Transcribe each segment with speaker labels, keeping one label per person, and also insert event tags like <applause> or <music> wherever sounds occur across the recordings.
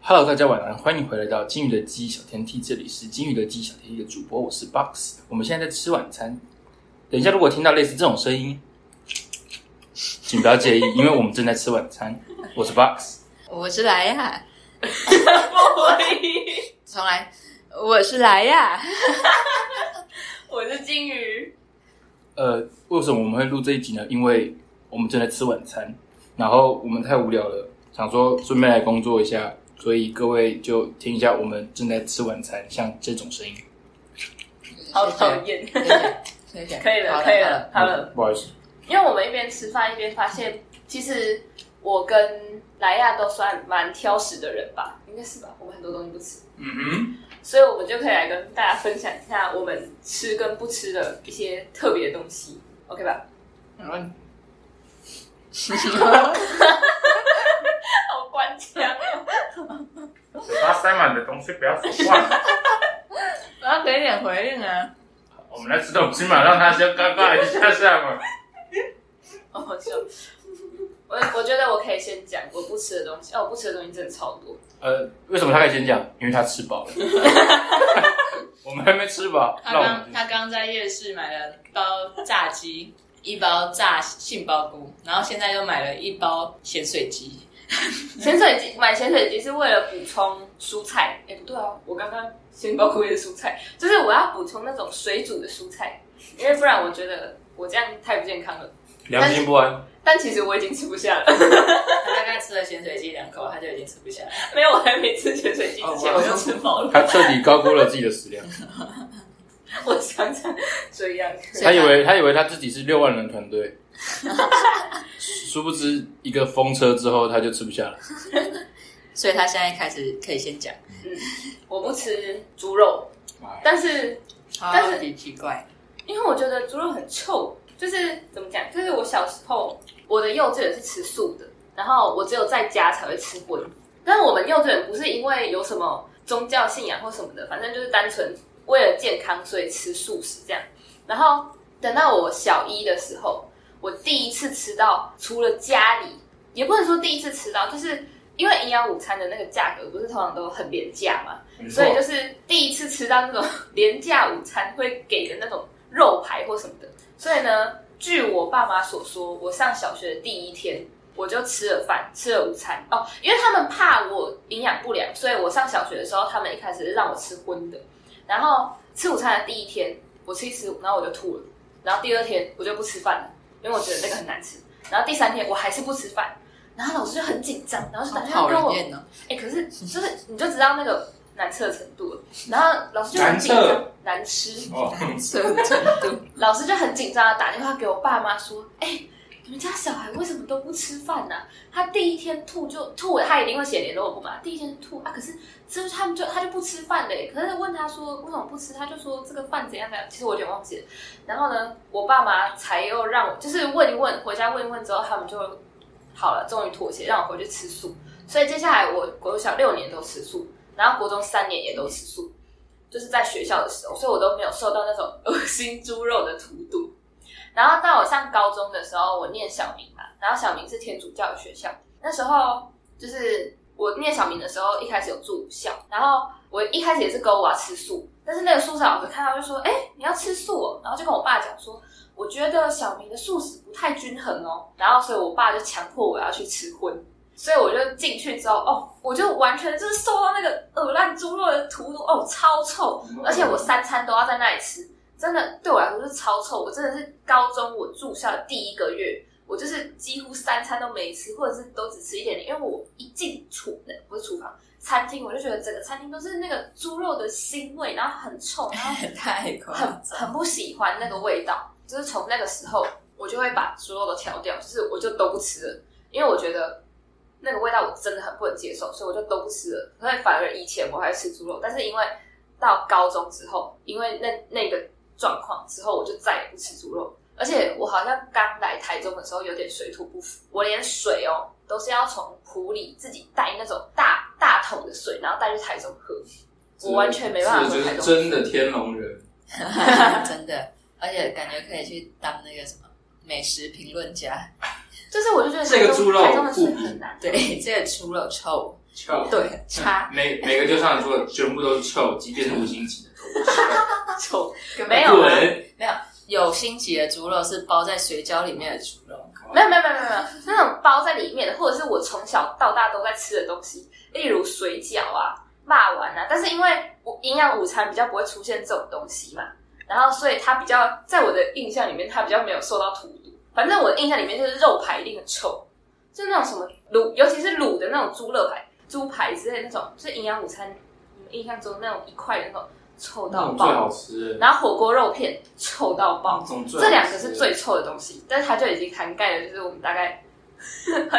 Speaker 1: Hello，大家晚安，欢迎回来到金鱼的记忆小天地，这里是金鱼的记忆小天地的主播，我是 Box。我们现在在吃晚餐，等一下如果听到类似这种声音，请不要介意，因为我们正在吃晚餐。我是 Box，
Speaker 2: 我是莱
Speaker 3: <laughs>
Speaker 2: 雅，
Speaker 4: 我
Speaker 2: 重来，我是莱雅。
Speaker 4: 我是金鱼，
Speaker 1: 呃，为什么我们会录这一集呢？因为我们正在吃晚餐，然后我们太无聊了，想说顺便来工作一下，所以各位就听一下我们正在吃晚餐，像这种声音。
Speaker 4: 好讨厌。 <laughs>
Speaker 2: 谢谢。谢谢，
Speaker 4: 可以
Speaker 2: 好嗯
Speaker 4: 了，可以
Speaker 2: 好
Speaker 4: 了，好了。
Speaker 1: 不好意思，
Speaker 4: 因为我们一边吃饭一边发现，其实我跟莱亚都算蛮挑食的人吧，应该是吧？我们很多东西不吃，
Speaker 1: 嗯哼，
Speaker 4: 所以我们就可以来跟大家分享一下我们吃跟不吃的一些特别的东西，OK 吧？ <laughs>
Speaker 1: 嗯
Speaker 4: 好官腔
Speaker 2: <laughs>
Speaker 4: 哦，
Speaker 5: 嘴巴塞满啊的东西不要说话。
Speaker 2: 我要给点回应啊！
Speaker 5: 我们来吃东西嘛，让他先尴尬一下下嘛。
Speaker 4: 好好笑。哦我我觉得我可以先讲我不吃的东西，哦，我不吃的东西真的超多。
Speaker 1: <laughs> 呃，为什么他可以先讲？因为他吃饱了，
Speaker 4: <laughs>
Speaker 1: 我们还没吃饱。
Speaker 3: 他
Speaker 1: 那我
Speaker 3: 刚
Speaker 1: 们
Speaker 3: 他刚在夜市买了一包炸鸡，一包炸杏鲍菇，然后现在又买了一包咸水鸡。
Speaker 4: 潜水机买潜水机是为了补充蔬菜，哎、不对啊，我刚刚先包括也是蔬菜，就是我要补充那种水煮的蔬菜，因为不然我觉得我这样太不健康了。
Speaker 1: 良心不安，
Speaker 4: 但其实我已经吃不下了， <laughs>
Speaker 3: 他大概吃了咸水鸡两口，他就已经吃不下了。
Speaker 4: 没有，我还没吃潜水机之前
Speaker 1: 哦
Speaker 4: 我就吃饱了，
Speaker 1: 他彻底高估了自己的食
Speaker 4: <laughs>
Speaker 1: 量。
Speaker 4: 啊我想想这样，
Speaker 1: 他以为他以为他自己是六万人团
Speaker 4: <laughs>
Speaker 1: 队，殊不知一个风车之后他就吃不下了。
Speaker 3: 所以他现在开始可以先讲，
Speaker 4: 我不吃猪肉，
Speaker 1: 哎
Speaker 4: 但是
Speaker 3: 但是很奇怪，
Speaker 4: 因为我觉得猪肉很臭，就是怎么讲，就是我小时候我的幼稚园是吃素的，然后我只有在家才会吃荤。但是我们幼稚园不是因为有什么宗教信仰或什么的，反正就是单纯为了健康所以吃素食这样。然后等到我小一的时候，我第一次吃到除了家里，也不能说第一次吃到，就是因为营养午餐的那个价格不是通常都很廉价嘛，
Speaker 1: 没错
Speaker 4: 所以就是第一次吃到那种 <laughs> 廉价午餐会给的那种肉排或什么的。所以呢，据我爸妈所说，我上小学的第一天我就吃了饭，吃了午餐哦，因为他们怕我营养不良，所以我上小学的时候，他们一开始是让我吃荤的。然后吃午餐的第一天，我吃一吃，然后我就吐了。然后第二天我就不吃饭了，因为我觉得那个很难吃。然后第三天我还是不吃饭，然后老师就很紧张，然后就
Speaker 3: 好
Speaker 4: 打电话
Speaker 3: 讨
Speaker 4: 跟我
Speaker 3: 人厌哦。
Speaker 4: 哎、可是就是你就知道那个难吃的程度了，然后老师就很
Speaker 5: 难
Speaker 4: 紧张
Speaker 5: 测，
Speaker 4: 难吃， <laughs>
Speaker 5: 哦，
Speaker 3: 这种程度，
Speaker 4: 老师就很紧张的打电话给我爸妈说，哎、你们家小孩为什么都不吃饭呢、他第一天吐就吐，他一定会写联络簿嘛。第一天吐啊，可是之后他们就他就不吃饭嘞。可是问他说为什么不吃，他就说这个饭怎样怎样。其实我有点忘记了。然后呢，我爸妈才又让我就是问一问，回家问一问之后，他们就好了，终于妥协让我回去吃素。所以接下来我国小六年都吃素，然后国中三年也都吃素，就是在学校的时候，所以我都没有受到那种恶心猪肉的荼毒。然后到我上高中的时候，我念小明嘛，然后小明是天主教的学校，那时候就是我念小明的时候，一开始有住校，然后我一开始也是跟我要吃素，但是那个宿舍老师看到就说：“哎、你要吃素哦。”然后就跟我爸讲说：“我觉得小明的素食不太均衡哦。”然后所以我爸就强迫我要去吃荤。所以我就进去之后，哦，我就完全就是受到那个鹅烂猪肉的荼毒，哦，超臭，而且我三餐都要在那里吃，真的对我来说是超臭。我真的是高中我住校的第一个月，我就是几乎三餐都没吃，或者是都只吃一点点，因为我一进厨呃不是厨房餐厅，我就觉得整个餐厅都是那个猪肉的腥味，然后很臭，然后
Speaker 3: <laughs> 太夸
Speaker 4: 很
Speaker 3: 张。
Speaker 4: 很不喜欢那个味道。就是从那个时候，我就会把猪肉都挑掉，就是我就都不吃了，因为我觉得那个味道我真的很不能接受，所以我就都不吃了。所以反而以前我还吃猪肉，但是因为到高中之后，因为那那个状况之后，我就再也不吃猪肉。而且我好像刚来台中的时候有点水土不服，我连水哦都是要从湖里自己带那种大大桶的水，然后带去台中喝。我完全没办法喝台中水。
Speaker 1: 的天龙人，
Speaker 3: 真的，而且感觉可以去当那个什么美食评论家。
Speaker 4: 就是我就觉得
Speaker 1: 这个猪肉
Speaker 4: 台中的水很难，
Speaker 3: 对，这个猪肉臭，
Speaker 5: 臭，
Speaker 2: 对，
Speaker 4: 差
Speaker 5: <laughs> 每每个就像你说的，全部都是臭，即便是五星级的都是臭。
Speaker 3: 臭，
Speaker 1: <laughs>
Speaker 4: 没有啊
Speaker 5: 滚！
Speaker 3: 有星级的猪肉是包在水饺里面的猪肉，
Speaker 4: 没有没有没有没有没有那种包在里面的，或者是我从小到大都在吃的东西，例如水饺啊、辣丸啊。但是因为我营养午餐比较不会出现这种东西嘛，然后所以它比较在我的印象里面，它比较没有受到荼毒。反正我的印象里面就是肉排一定很臭，就那种什么卤，尤其是卤的那种猪肋排、猪排之类的那种，就是营养午餐你们印象中那种一块的那种臭
Speaker 5: 那
Speaker 4: 到
Speaker 5: 种最好
Speaker 4: 爆。
Speaker 5: 吃，
Speaker 4: 然后火锅肉片臭到爆，
Speaker 5: 那嗯种最好吃
Speaker 4: 这两个是最臭的东西，但是它就已经涵盖了，就是我们大概，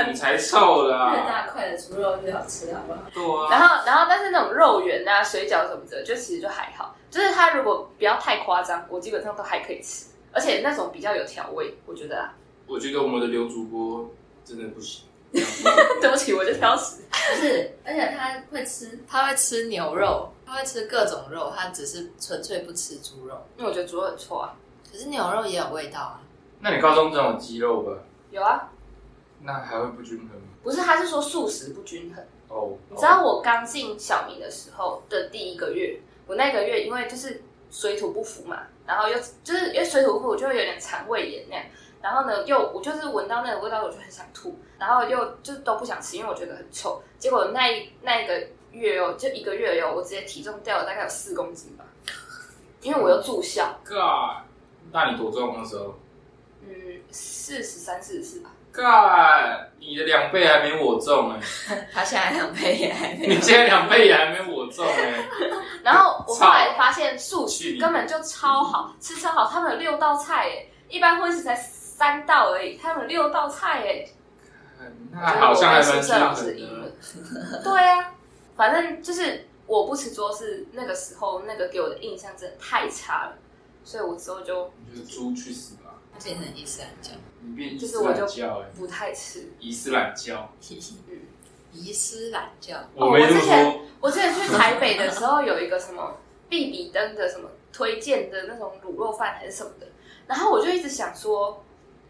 Speaker 5: 你才臭
Speaker 3: 越
Speaker 5: 啦，
Speaker 3: 啊大块的猪肉越好吃，好不好？
Speaker 5: 对啊，
Speaker 4: 啊然后然后但是那种肉圆啊、水饺什么的，就其实就还好，就是它如果不要太夸张，我基本上都还可以吃，而且那种比较有调味，我觉得啊， <laughs>
Speaker 5: 我觉得我们的刘主播真的不行，
Speaker 4: 对不起，我就挑食，
Speaker 3: 不是，而且他会吃，他会吃牛肉，他会吃各种肉，他只是纯粹不吃猪肉。
Speaker 4: 因为我觉得猪肉很臭啊，
Speaker 3: 可是牛肉也有味道啊。
Speaker 5: 那你高中总有肌肉吧？
Speaker 4: 有啊，
Speaker 5: 那还会不均衡吗？
Speaker 4: 不是，他是说素食不均衡。
Speaker 5: 哦，
Speaker 4: 你知道我刚进小明的时候的第一个月，我那个月因为就是水土不服嘛，然后又就是因为水土不服，我就会有点肠胃炎那样。然后呢，又我就是闻到那个味道，我就很想吐，然后又就是都不想吃，因为我觉得很臭。结果那一那一个月哦，就一个月哦，我直接体重掉了大概有四公斤吧，因为我又住校，
Speaker 5: God，那你多重那时候
Speaker 4: 嗯，四十三、四十四吧。
Speaker 5: ？God，你的两倍还没我重
Speaker 4: <laughs>
Speaker 5: 哎、
Speaker 3: 他现在两倍也还没
Speaker 5: 你现在两倍也还没我重哎、
Speaker 4: <laughs> 然后我后来发现素
Speaker 5: 去
Speaker 4: 食
Speaker 5: 你的
Speaker 4: 根本就超好吃，超好，他们有六道菜耶，一般荤食才三道而已，他们有六道菜耶，
Speaker 5: 那哎好像还
Speaker 4: 就
Speaker 5: 蛮均
Speaker 4: 是我跟宿舍老师
Speaker 5: 衡
Speaker 4: 议
Speaker 5: 的。
Speaker 4: 论。对啊，反正就是我不吃桌是那个时候那个给我的印象真的太差了，所以我之后就
Speaker 5: 你就是猪去死吧！
Speaker 3: 变成伊斯兰教。
Speaker 5: 你变伊
Speaker 4: 就是
Speaker 5: 斯
Speaker 4: 我
Speaker 5: 兰
Speaker 4: 就
Speaker 5: 教哎、
Speaker 4: 不太吃。
Speaker 5: 伊斯兰教，
Speaker 3: 伊斯兰教，
Speaker 4: 哦
Speaker 5: 我没这么
Speaker 4: 我之前
Speaker 5: 说。
Speaker 4: 我之前去台北的时候，有一个什么必比登的什么推荐的那种卤肉饭还是什么的，然后我就一直想说，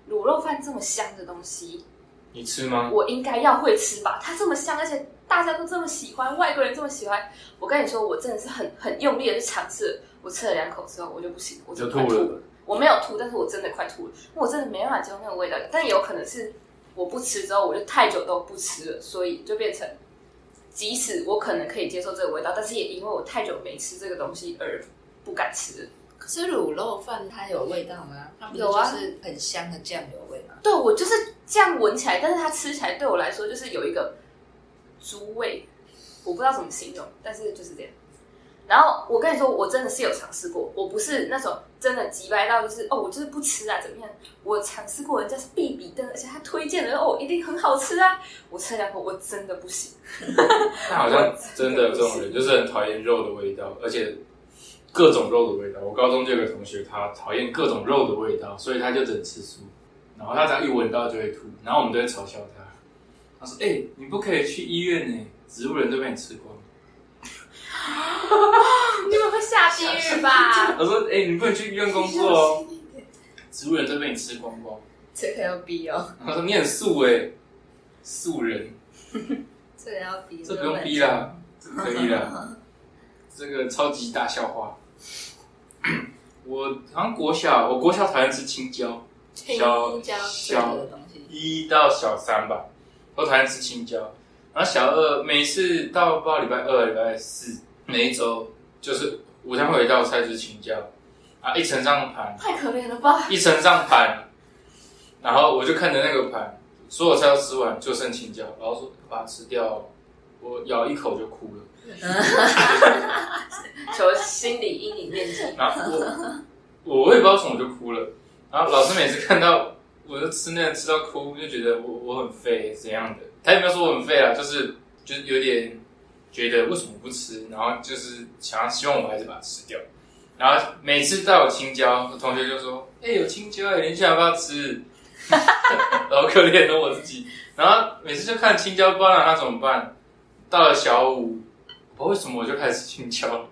Speaker 4: 卤肉饭这么香的东西，
Speaker 5: 你吃吗？
Speaker 4: 我应该要会吃吧？它这么香，而且大家都这么喜欢，外国人这么喜欢。我跟你说，我真的是很很用力的去尝试了。我吃了两口之后，我就不行，我真的快吐
Speaker 5: 就
Speaker 4: 了。
Speaker 5: 吐
Speaker 4: 我没有吐，但是我真的快吐了，因为我真的没办法接受那个味道。但也有可能是我不吃之后，我就太久都不吃了，所以就变成，即使我可能可以接受这个味道，但是也因为我太久没吃这个东西而不敢吃了。
Speaker 3: 可是卤肉饭它有味道吗？它不是
Speaker 4: 有啊
Speaker 3: 就是很香的酱油味吗？
Speaker 4: 对我就是这样闻起来，但是它吃起来对我来说就是有一个猪味，我不知道怎么形容，但是就是这样。然后我跟你说，我真的是有尝试过，我不是那种真的急掰到就是哦，我就是不吃啊，怎么样？我尝试过人家是必比登，而且他推荐的哦，一定很好吃啊。我吃了两口，我真的不行。
Speaker 5: 那好像真的有这种人，就是很讨厌肉的味道，而且各种肉的味道。我高中就有个同学，他讨厌各种肉的味道，所以他就只能吃素。然后他只要一闻到就会吐，然后我们都会嘲笑他。他说：“哎、你不可以去医院呢、植物人都被你吃光。
Speaker 4: 你们会下地狱”吧？
Speaker 5: 我说：“哎、你不能去医院工作哦，植物人都被你吃光光。
Speaker 3: 这个要逼哦，”
Speaker 5: 他说：“你很素哎、素人，
Speaker 3: 这个要逼，
Speaker 5: 这不用逼啦，这可以啦。这个超级大笑话。 <coughs> 我好像国小，我国小讨厌吃青椒，
Speaker 3: 青
Speaker 5: 小
Speaker 3: 椒碎
Speaker 5: 小
Speaker 3: 的东西。
Speaker 5: 一到小三吧，都讨厌吃青椒。然后小二每次到不知道礼拜二、礼拜四，每一周就是午餐会有一道菜就是青椒啊，一盛上盘，
Speaker 4: <laughs> 太可怜了吧！
Speaker 5: 一盛上盘，然后我就看着那个盘，所有菜都吃完，就剩青椒，然后说把它吃掉哦，我咬一口就哭了。
Speaker 4: 求心理阴影面积。
Speaker 5: 然后我我我也不知道为什么我就哭了。然后老师每次看到我就吃那个吃到哭，就觉得我我很废怎样的。他也没有说我很废啊，就是就是有点觉得为什么不吃，然后就是想要希望我还是把它吃掉。然后每次到有青椒，同学就说：“哎、有青椒欸，你想要不要吃？” <laughs> 好可怜的我自己。然后每次就看青椒，不知道拿它怎么办。到了小五，不知道为什么我就开始吃青椒了。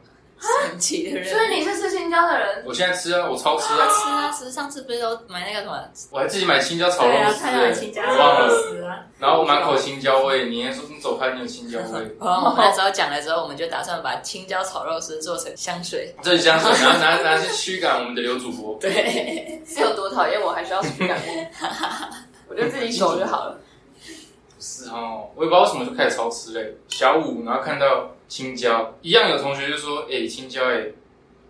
Speaker 3: 神奇的人。
Speaker 4: 所以你是吃青椒的人，
Speaker 5: 我现在吃啊，我超吃
Speaker 3: 要
Speaker 5: 啊，
Speaker 3: 吃啊！是上次不是都买那个什么？
Speaker 5: 我还自己买青椒炒
Speaker 2: 对
Speaker 5: 肉
Speaker 2: 啊，
Speaker 5: 丝、
Speaker 2: 他要请
Speaker 5: 欸，
Speaker 2: 家
Speaker 5: 我忘
Speaker 2: 老
Speaker 5: 了。
Speaker 2: 师啊，
Speaker 5: 然后我满口青椒味，你还说你走开，你有青椒味，
Speaker 3: 哦，我们那时候讲了之后，我们就打算把青椒炒肉丝做成香水。
Speaker 5: 这香水，然后拿拿去驱赶我们的刘主播。
Speaker 3: 对，
Speaker 4: 是有多讨厌我，还需要去感悟？
Speaker 5: <laughs>
Speaker 4: 我就自己手就好了。
Speaker 5: 是哦，我也不知道为什么就开始超吃嘞。小五，然后看到青椒，一样有同学就说：“哎、青椒、哎、哎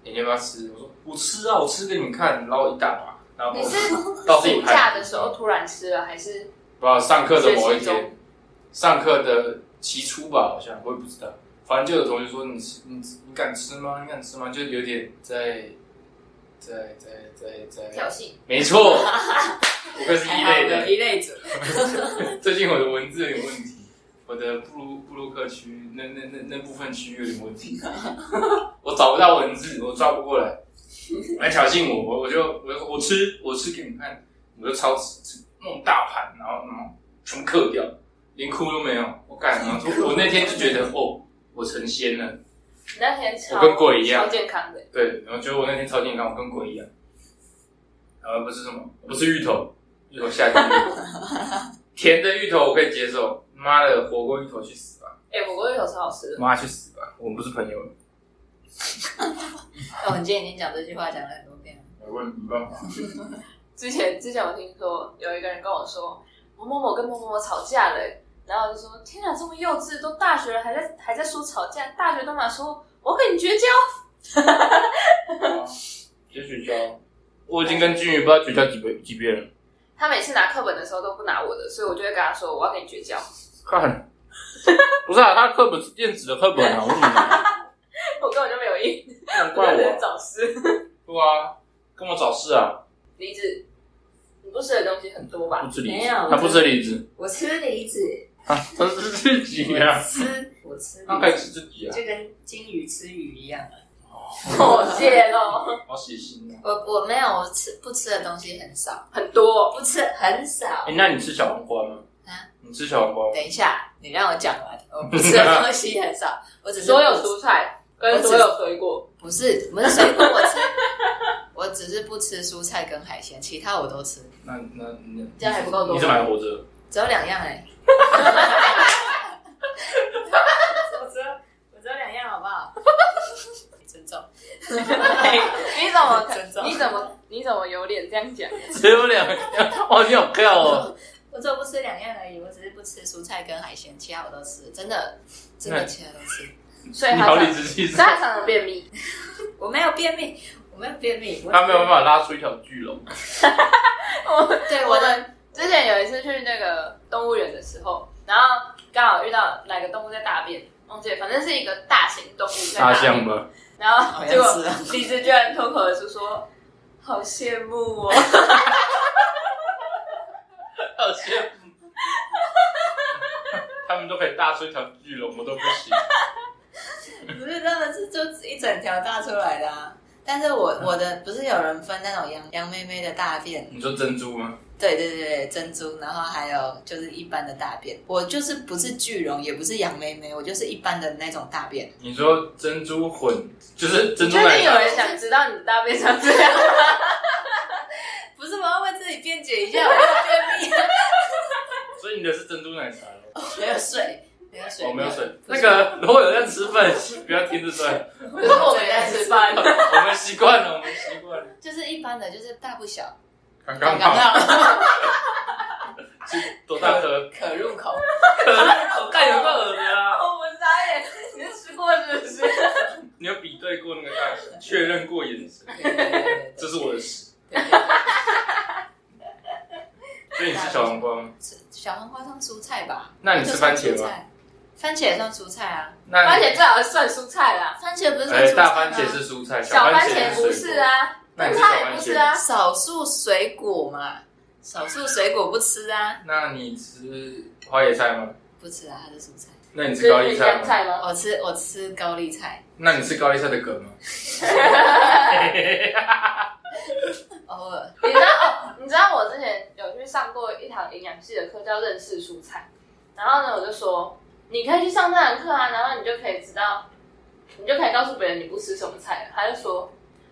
Speaker 5: 你要不要吃？”我说：“我吃啊，我吃给你们看。”然后一大把，然后
Speaker 4: 你是
Speaker 5: 到自己
Speaker 4: 暑
Speaker 5: 拍
Speaker 4: 假的时候突然吃了，还是
Speaker 5: 不知道上课的某一
Speaker 4: 学习中
Speaker 5: 天，上课的期初吧，好像我也不知道。反正就有同学说：“你吃，你你敢吃吗？你敢吃吗？”就有点在在在在在，
Speaker 4: 挑衅？
Speaker 5: 没错，我可是 <laughs> 一类的。
Speaker 3: 一类 <laughs> 组。
Speaker 5: 最近我的文字有点问题，我的布鲁布鲁克区那那那那部分区有点问题，我找不到文字，我抓不过来，来挑衅我，我我就我就我吃我吃给你看，我就超吃吃那种大盘，然后然后全部嗑掉，连哭都没有，我干，然后说我那天就觉得哦，我成仙了，
Speaker 4: 你那天超
Speaker 5: 我跟鬼一样
Speaker 4: 超健康的，
Speaker 5: 对，然后就我那天超健康，我跟鬼一样，然后不是什么，不是芋头，芋头下地狱，甜的芋头我可以接受，妈的火锅芋头去死吧。
Speaker 4: 哎、火锅芋头超好吃的。
Speaker 5: 妈去死吧！我们不是朋友了，
Speaker 3: 哦那我们今天已经讲这句话讲了很多遍了。
Speaker 5: 我问没办法。
Speaker 4: 之前之前我听说有一个人跟我说某某某跟某某某吵架了，然后我就说天哪，这么幼稚，都大学了还在还在说吵架，大学都嘛说我要跟你绝交，
Speaker 5: 绝绝交，我已经跟君宇不知道绝交几遍几遍了。
Speaker 4: 他每次拿课本的时候都不拿我的，所以我就会跟他说我要跟你绝交， <laughs>
Speaker 1: 看，不是啊，他课本是电子的课本啊，我怎么拿？
Speaker 4: 我根本就没有应，
Speaker 5: <laughs> 难
Speaker 4: 我
Speaker 5: 怪
Speaker 4: 只是
Speaker 5: 我。
Speaker 4: 找事。
Speaker 5: 啊对啊，跟我找事啊！
Speaker 4: 梨子，你不吃的东西很多吧
Speaker 1: 不？吃梨
Speaker 3: 没
Speaker 1: 子，
Speaker 3: 有
Speaker 1: 他不吃梨子
Speaker 3: 我吃梨子，
Speaker 1: 啊，他是自
Speaker 5: <laughs>
Speaker 1: 己啊，
Speaker 3: 吃我吃
Speaker 5: 他可以吃自己啊，
Speaker 3: 就跟金鱼吃鱼一样。啊哦
Speaker 4: 好谢喽，
Speaker 5: 好血腥啊！
Speaker 3: 我我没有，我吃不吃的东西很少，
Speaker 4: 很多。
Speaker 3: 不吃很少。
Speaker 1: 哎，那你吃小黄瓜吗？
Speaker 3: 啊
Speaker 1: 你吃小黄瓜吗？
Speaker 3: 等一下，你让我讲完。我
Speaker 4: <laughs>
Speaker 3: 不吃的东西很少，我只是
Speaker 4: 所有蔬菜跟所有水果，
Speaker 3: 不是不是水果，我吃， <laughs> 我只是不吃蔬菜跟海鲜，其他我都吃，
Speaker 5: 那那那
Speaker 3: 这样还不够多
Speaker 1: 你是
Speaker 3: 吗？
Speaker 1: 买活着？
Speaker 3: 只有两样
Speaker 4: <laughs>
Speaker 3: 哎、我只有我只有两样，好不
Speaker 4: <laughs>
Speaker 3: 好？尊重，
Speaker 4: 哎你怎么
Speaker 3: 尊重
Speaker 4: 你怎么你怎么有脸这样讲？
Speaker 1: <laughs> 只有两 <laughs> 样，哇，你好跳哦！
Speaker 3: <laughs> 我只有不吃两样而已，我只是不吃蔬菜跟海鲜，其他我都吃，真的真的
Speaker 1: 那
Speaker 3: 其他都吃。
Speaker 4: 所以
Speaker 1: 你
Speaker 4: 他
Speaker 1: 好
Speaker 4: 常
Speaker 1: 理
Speaker 4: 所
Speaker 1: 直气
Speaker 4: 以
Speaker 1: 壮，
Speaker 4: <laughs> 他常常便秘。
Speaker 3: 我没有便秘，我没有便秘，我
Speaker 1: 他没有办法拉出一条巨龙。
Speaker 3: 对
Speaker 4: 我
Speaker 3: 我的
Speaker 4: 们之前有一次去那个动物园的时候，然后刚好遇到哪个动物在大便，忘记了，反正是一个大型动物在大
Speaker 1: 大
Speaker 4: 便
Speaker 1: 象吧，
Speaker 4: 然后
Speaker 3: 好
Speaker 4: 结
Speaker 3: 像
Speaker 4: 果
Speaker 3: 是啊，
Speaker 4: <laughs> 李子居然脱口而出说：“好羡慕哦
Speaker 1: <laughs> 好羡慕。 <laughs> 他们都可以大出一条巨龙，我都不行。
Speaker 3: 不是他们是就一整条大出来的啊。但是我我的不是有人分那种羊羊妹妹的大便，
Speaker 5: 你说珍珠吗？
Speaker 3: 对对对对，珍珠，然后还有就是一般的大便。我就是不是巨龙，也不是羊妹妹，我就是一般的那种大便。
Speaker 5: 你说珍珠混就是！” <laughs> 珍
Speaker 4: 你
Speaker 5: 珠
Speaker 4: 确定
Speaker 5: 奶
Speaker 4: 有
Speaker 5: 茶？
Speaker 4: 人想知道你的大便长这样吗？
Speaker 3: 不是，我要为自己辩解一下，我没有便秘，
Speaker 5: 所以你的是珍珠奶茶了。
Speaker 3: 没有水，没有哦水，
Speaker 5: 我没有。水。
Speaker 3: 不
Speaker 1: 那
Speaker 3: 是
Speaker 1: 个如果有人在吃饭，不要听着 <laughs> 算，
Speaker 4: 可是我们在吃饭，
Speaker 5: 我们习惯了，我们习惯了。
Speaker 3: 就是一般的，就是大不小，
Speaker 5: 刚
Speaker 3: 刚
Speaker 5: 刚
Speaker 3: 刚
Speaker 5: 好，
Speaker 3: 好，
Speaker 1: 多大颗？
Speaker 3: 可入口。
Speaker 1: 干有个耳的啊！
Speaker 4: <laughs> 我们傻眼，你是吃过是不是？
Speaker 5: 你有比对过那个大小，确认过眼神，
Speaker 3: 对对对对对
Speaker 5: 这是我的屎。
Speaker 3: 对 <laughs> 对对
Speaker 5: 所以你吃小黄瓜吗？
Speaker 3: 吃小黄瓜算蔬菜吧？
Speaker 5: 那你吃番茄
Speaker 3: 就算蔬
Speaker 5: 吗？
Speaker 3: 菜？番茄也算蔬菜啊，
Speaker 5: 那
Speaker 4: 番茄最好是算蔬菜啦，
Speaker 3: 番茄不是算
Speaker 5: 哎
Speaker 3: 蔬菜，吗？啊
Speaker 5: 大番茄是蔬菜，
Speaker 4: 小番
Speaker 5: 番
Speaker 4: 茄不
Speaker 5: 水
Speaker 4: 是
Speaker 5: 果。
Speaker 4: 啊，
Speaker 5: 那你吃小
Speaker 4: 它也
Speaker 5: 番
Speaker 4: 不是
Speaker 5: 茄？
Speaker 4: 啊。
Speaker 3: 少数水果嘛，少数水果不吃啊，
Speaker 5: 那你吃花椰菜吗？
Speaker 3: 不吃啊，它是蔬菜。
Speaker 5: 那你吃高丽菜
Speaker 4: 香
Speaker 5: 吗？
Speaker 4: 菜吗？
Speaker 3: 我吃我吃高丽菜，
Speaker 5: 那你吃高丽菜的梗吗？
Speaker 3: 偶尔
Speaker 4: 你知道哦？你知道我之前有去上过一堂营养系的课，叫认识蔬菜。然后呢，我就说你可以去上这堂课啊，然后你就可以知道你就可以告诉别人你不吃什么菜了。他就说，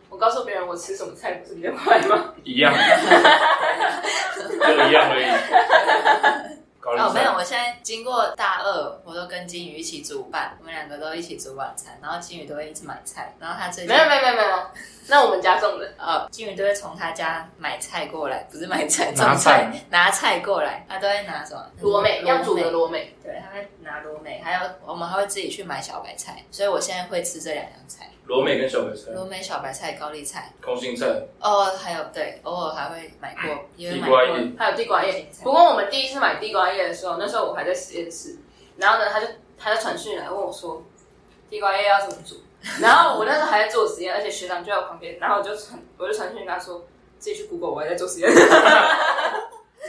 Speaker 4: 我告诉别人我吃什么菜不是比较快吗？
Speaker 1: 一样，就一样而已。搞
Speaker 3: 哦，
Speaker 1: 了
Speaker 3: 没有，我现在经过大二，我都跟金鱼一起煮饭，我们两个都一起煮晚餐，然后金鱼都会一直买菜，然后他最近
Speaker 4: 没有没有没有没有，那我们家种的，
Speaker 3: 呃，金鱼都会从他家买菜过来，不是买菜，
Speaker 1: 拿
Speaker 3: 种菜
Speaker 1: 菜
Speaker 3: 拿菜过来，他都会拿什么
Speaker 4: 罗美要煮的，罗美，
Speaker 3: 对，他会拿罗美，还有我们还会自己去买小白菜，所以我现在会吃这两样菜，
Speaker 5: 罗美跟小白菜、
Speaker 3: 罗美、小白菜、高丽菜，
Speaker 5: 空心菜，
Speaker 3: 哦，还有对，偶尔还会买过，也会
Speaker 5: 地
Speaker 3: 买
Speaker 5: 瓜
Speaker 3: 过
Speaker 5: 叶，
Speaker 4: 还有地瓜叶。不过我们第一次买地瓜叶的时候，那时候我还在实验室，然后呢，他就他就传讯来问我说，地瓜叶要怎么煮？ <laughs> 然后我那时候还在做实验，而且学长就在我旁边，然后我就传我就传讯跟他说，自己去 Google，我还在做实验。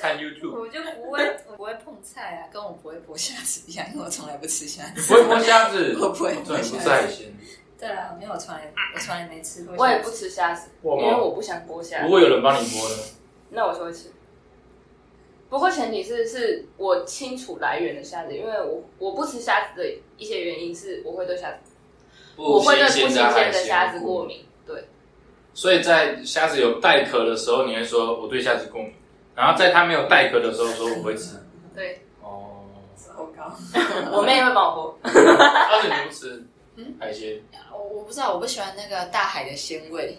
Speaker 5: 看 YouTube。
Speaker 3: 我就不会，我不会碰菜啊，跟我不会剥虾子一样，因为我从来不吃虾子。
Speaker 5: 不会剥虾子，
Speaker 3: 我不会剥
Speaker 5: 这很不
Speaker 3: 虾子
Speaker 5: 在先。
Speaker 3: <laughs> 对啊，因为我从来我从来没吃过虾子。
Speaker 4: 我也不吃虾子，
Speaker 5: 我
Speaker 4: 因为我不想剥虾
Speaker 5: 如。果有人帮你剥呢？
Speaker 4: 那我就会吃。不过前提是是我清楚来源的虾子，因为我我不吃虾子的一些原因是我会对虾子，我会对不新
Speaker 5: 新
Speaker 4: 鲜
Speaker 5: 海
Speaker 4: 的
Speaker 5: 鲜
Speaker 4: 虾子过。敏。对，
Speaker 5: 所以在虾子有带壳的时候，你会说我对虾子过敏；然后在它没有带壳的时候，说我会
Speaker 4: <laughs>
Speaker 5: 吃。
Speaker 4: 对
Speaker 5: 哦，
Speaker 3: 糟糕。
Speaker 4: 我妹会帮我剥，
Speaker 5: 而且你不吃
Speaker 4: 嗯
Speaker 5: 海鲜，
Speaker 3: 我我不知道，我不喜欢那个大海的鲜味。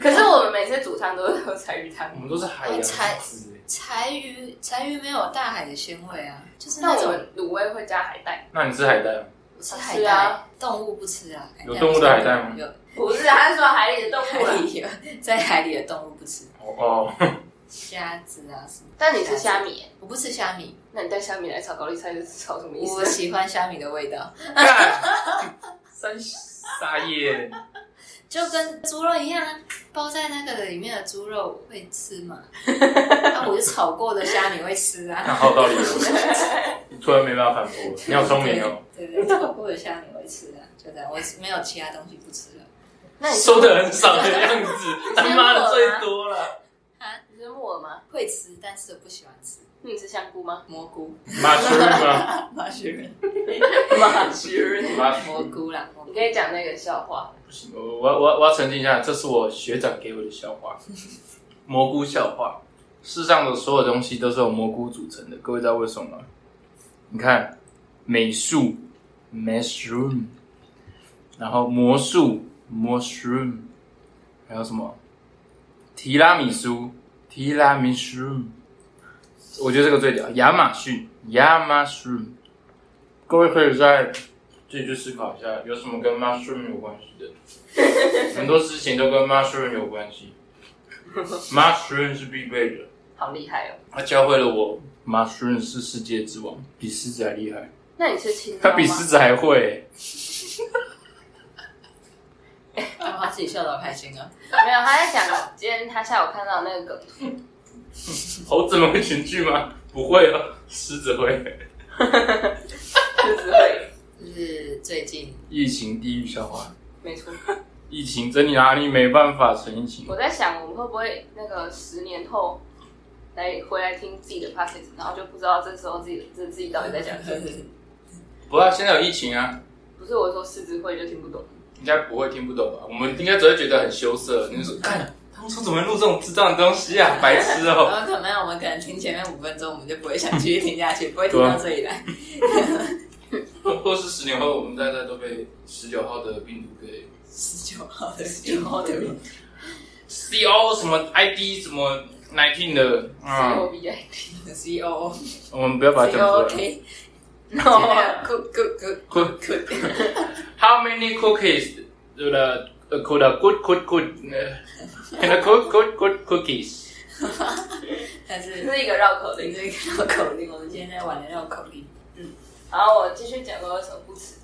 Speaker 4: 可是我们每次煮汤都是喝柴鱼汤
Speaker 5: 我，们都是海洋子。欸
Speaker 3: 柴鱼柴鱼没有大海的鲜味啊，就是
Speaker 4: <laughs> 那
Speaker 3: 那
Speaker 4: 我
Speaker 3: 种
Speaker 4: 们卤味会加海带，
Speaker 5: 那你吃海带吗？
Speaker 3: 我吃海带、
Speaker 4: 啊
Speaker 3: 动物不吃啊。
Speaker 5: 有动物的海带吗
Speaker 3: 有
Speaker 4: 不是，他是说海里的动
Speaker 3: 海里 <laughs> 有在海里的动物不吃
Speaker 5: 哦，
Speaker 3: 虾子啊什么。
Speaker 4: 但你吃虾米耶，
Speaker 3: 我不吃虾米，
Speaker 4: 那你带虾米来炒高丽菜是炒什么意
Speaker 3: 我
Speaker 4: 思？
Speaker 3: 喜欢虾米的味道，
Speaker 5: 干
Speaker 4: <laughs>
Speaker 5: 三撒野，
Speaker 3: 就跟猪肉一样啊，包在那个里面的猪肉会吃 <laughs> 嘛。那我就炒过的虾米会吃啊。
Speaker 5: 那好有道理哦。你突然没办法反驳，你好聪明哦，
Speaker 3: 对对，炒过的虾米会吃啊，就这样，我没有其他东西不吃了。
Speaker 4: 那你
Speaker 5: 收的很少的样子，他妈的最多了。
Speaker 4: 你吃木耳吗？
Speaker 3: 会吃，但是不喜欢吃
Speaker 4: 那你吃香菇吗？
Speaker 3: 蘑菇。
Speaker 5: 马修吗？
Speaker 3: 马雪人，
Speaker 4: 马须，
Speaker 5: 马
Speaker 3: 蘑菇啦，蘑
Speaker 4: 你
Speaker 3: 菇
Speaker 4: 可。以讲那个笑话，
Speaker 5: 不行，我我我我要澄清一下，这是我学长给我的笑话，蘑菇笑话。世上的所有东西都是由蘑菇组成的，各位知道为什么吗？你看，美术 mushroom，然后魔术 mushroom，还有什么提拉米苏提拉米苏，我觉得这个最屌。亚马逊亚马逊，各位可以在自己去思考一下，有什么跟 mushroom 有关系的？ <laughs> 很多事情都跟 mushroom 有关系，mushroom 是必备的。
Speaker 4: 好厉害哦。
Speaker 5: 他教会了我，mushroom 是世界之王，比狮子还厉害，
Speaker 4: 那你吃青椒
Speaker 5: 他
Speaker 4: 吗？
Speaker 5: 比狮子还会欸、
Speaker 3: 然后他自己笑得好开心啊！
Speaker 4: 没有，他在讲今天他下午看到那个梗图，
Speaker 5: 猴子们会群聚吗？不会哦，狮子会。
Speaker 4: 就是会，
Speaker 3: 就是最近
Speaker 5: 疫情地狱笑话，
Speaker 4: 没错。
Speaker 5: 疫情真的哪里没办法成疫情
Speaker 4: 我？在想，我们会不会那个十年后来回来听自己的 p o c k e t 然后就不知道这时候自己这自己到底在讲什么？
Speaker 5: 不啊，现在有疫情啊，
Speaker 4: 不是我说狮子会就听不懂，
Speaker 5: 应该不会听不懂吧？我们应该只会觉得很羞涩。你就说，看当初怎么会录这种智障的东西啊，白痴哦、
Speaker 3: 我们可能我们可能听前面五分钟，我们就不会想继续听下
Speaker 4: <laughs> 啊
Speaker 3: 去，不会听到这里来。
Speaker 5: 或 <laughs> 或是十年后，我们大家都被十九号的病毒给
Speaker 3: 十九号的十九
Speaker 4: 啊
Speaker 3: 号的
Speaker 5: C O 什么 I D 什么 nineteen 的
Speaker 3: 嗯
Speaker 5: 啊、
Speaker 4: 我 B I。
Speaker 3: C O
Speaker 5: 我们不要把它
Speaker 3: C
Speaker 5: 讲
Speaker 3: O
Speaker 5: 出来。
Speaker 3: K，
Speaker 4: 啊 No，
Speaker 3: good good good
Speaker 5: Could-
Speaker 3: good，
Speaker 5: How many cookies do the uh, could a good good good uh, can a good good good cookies？
Speaker 3: 但是
Speaker 4: 这是一个绕口
Speaker 3: 对
Speaker 4: 令。
Speaker 3: 这个绕口令，我们今天在玩的绕口令，
Speaker 4: 然后我继续讲我有什么不吃，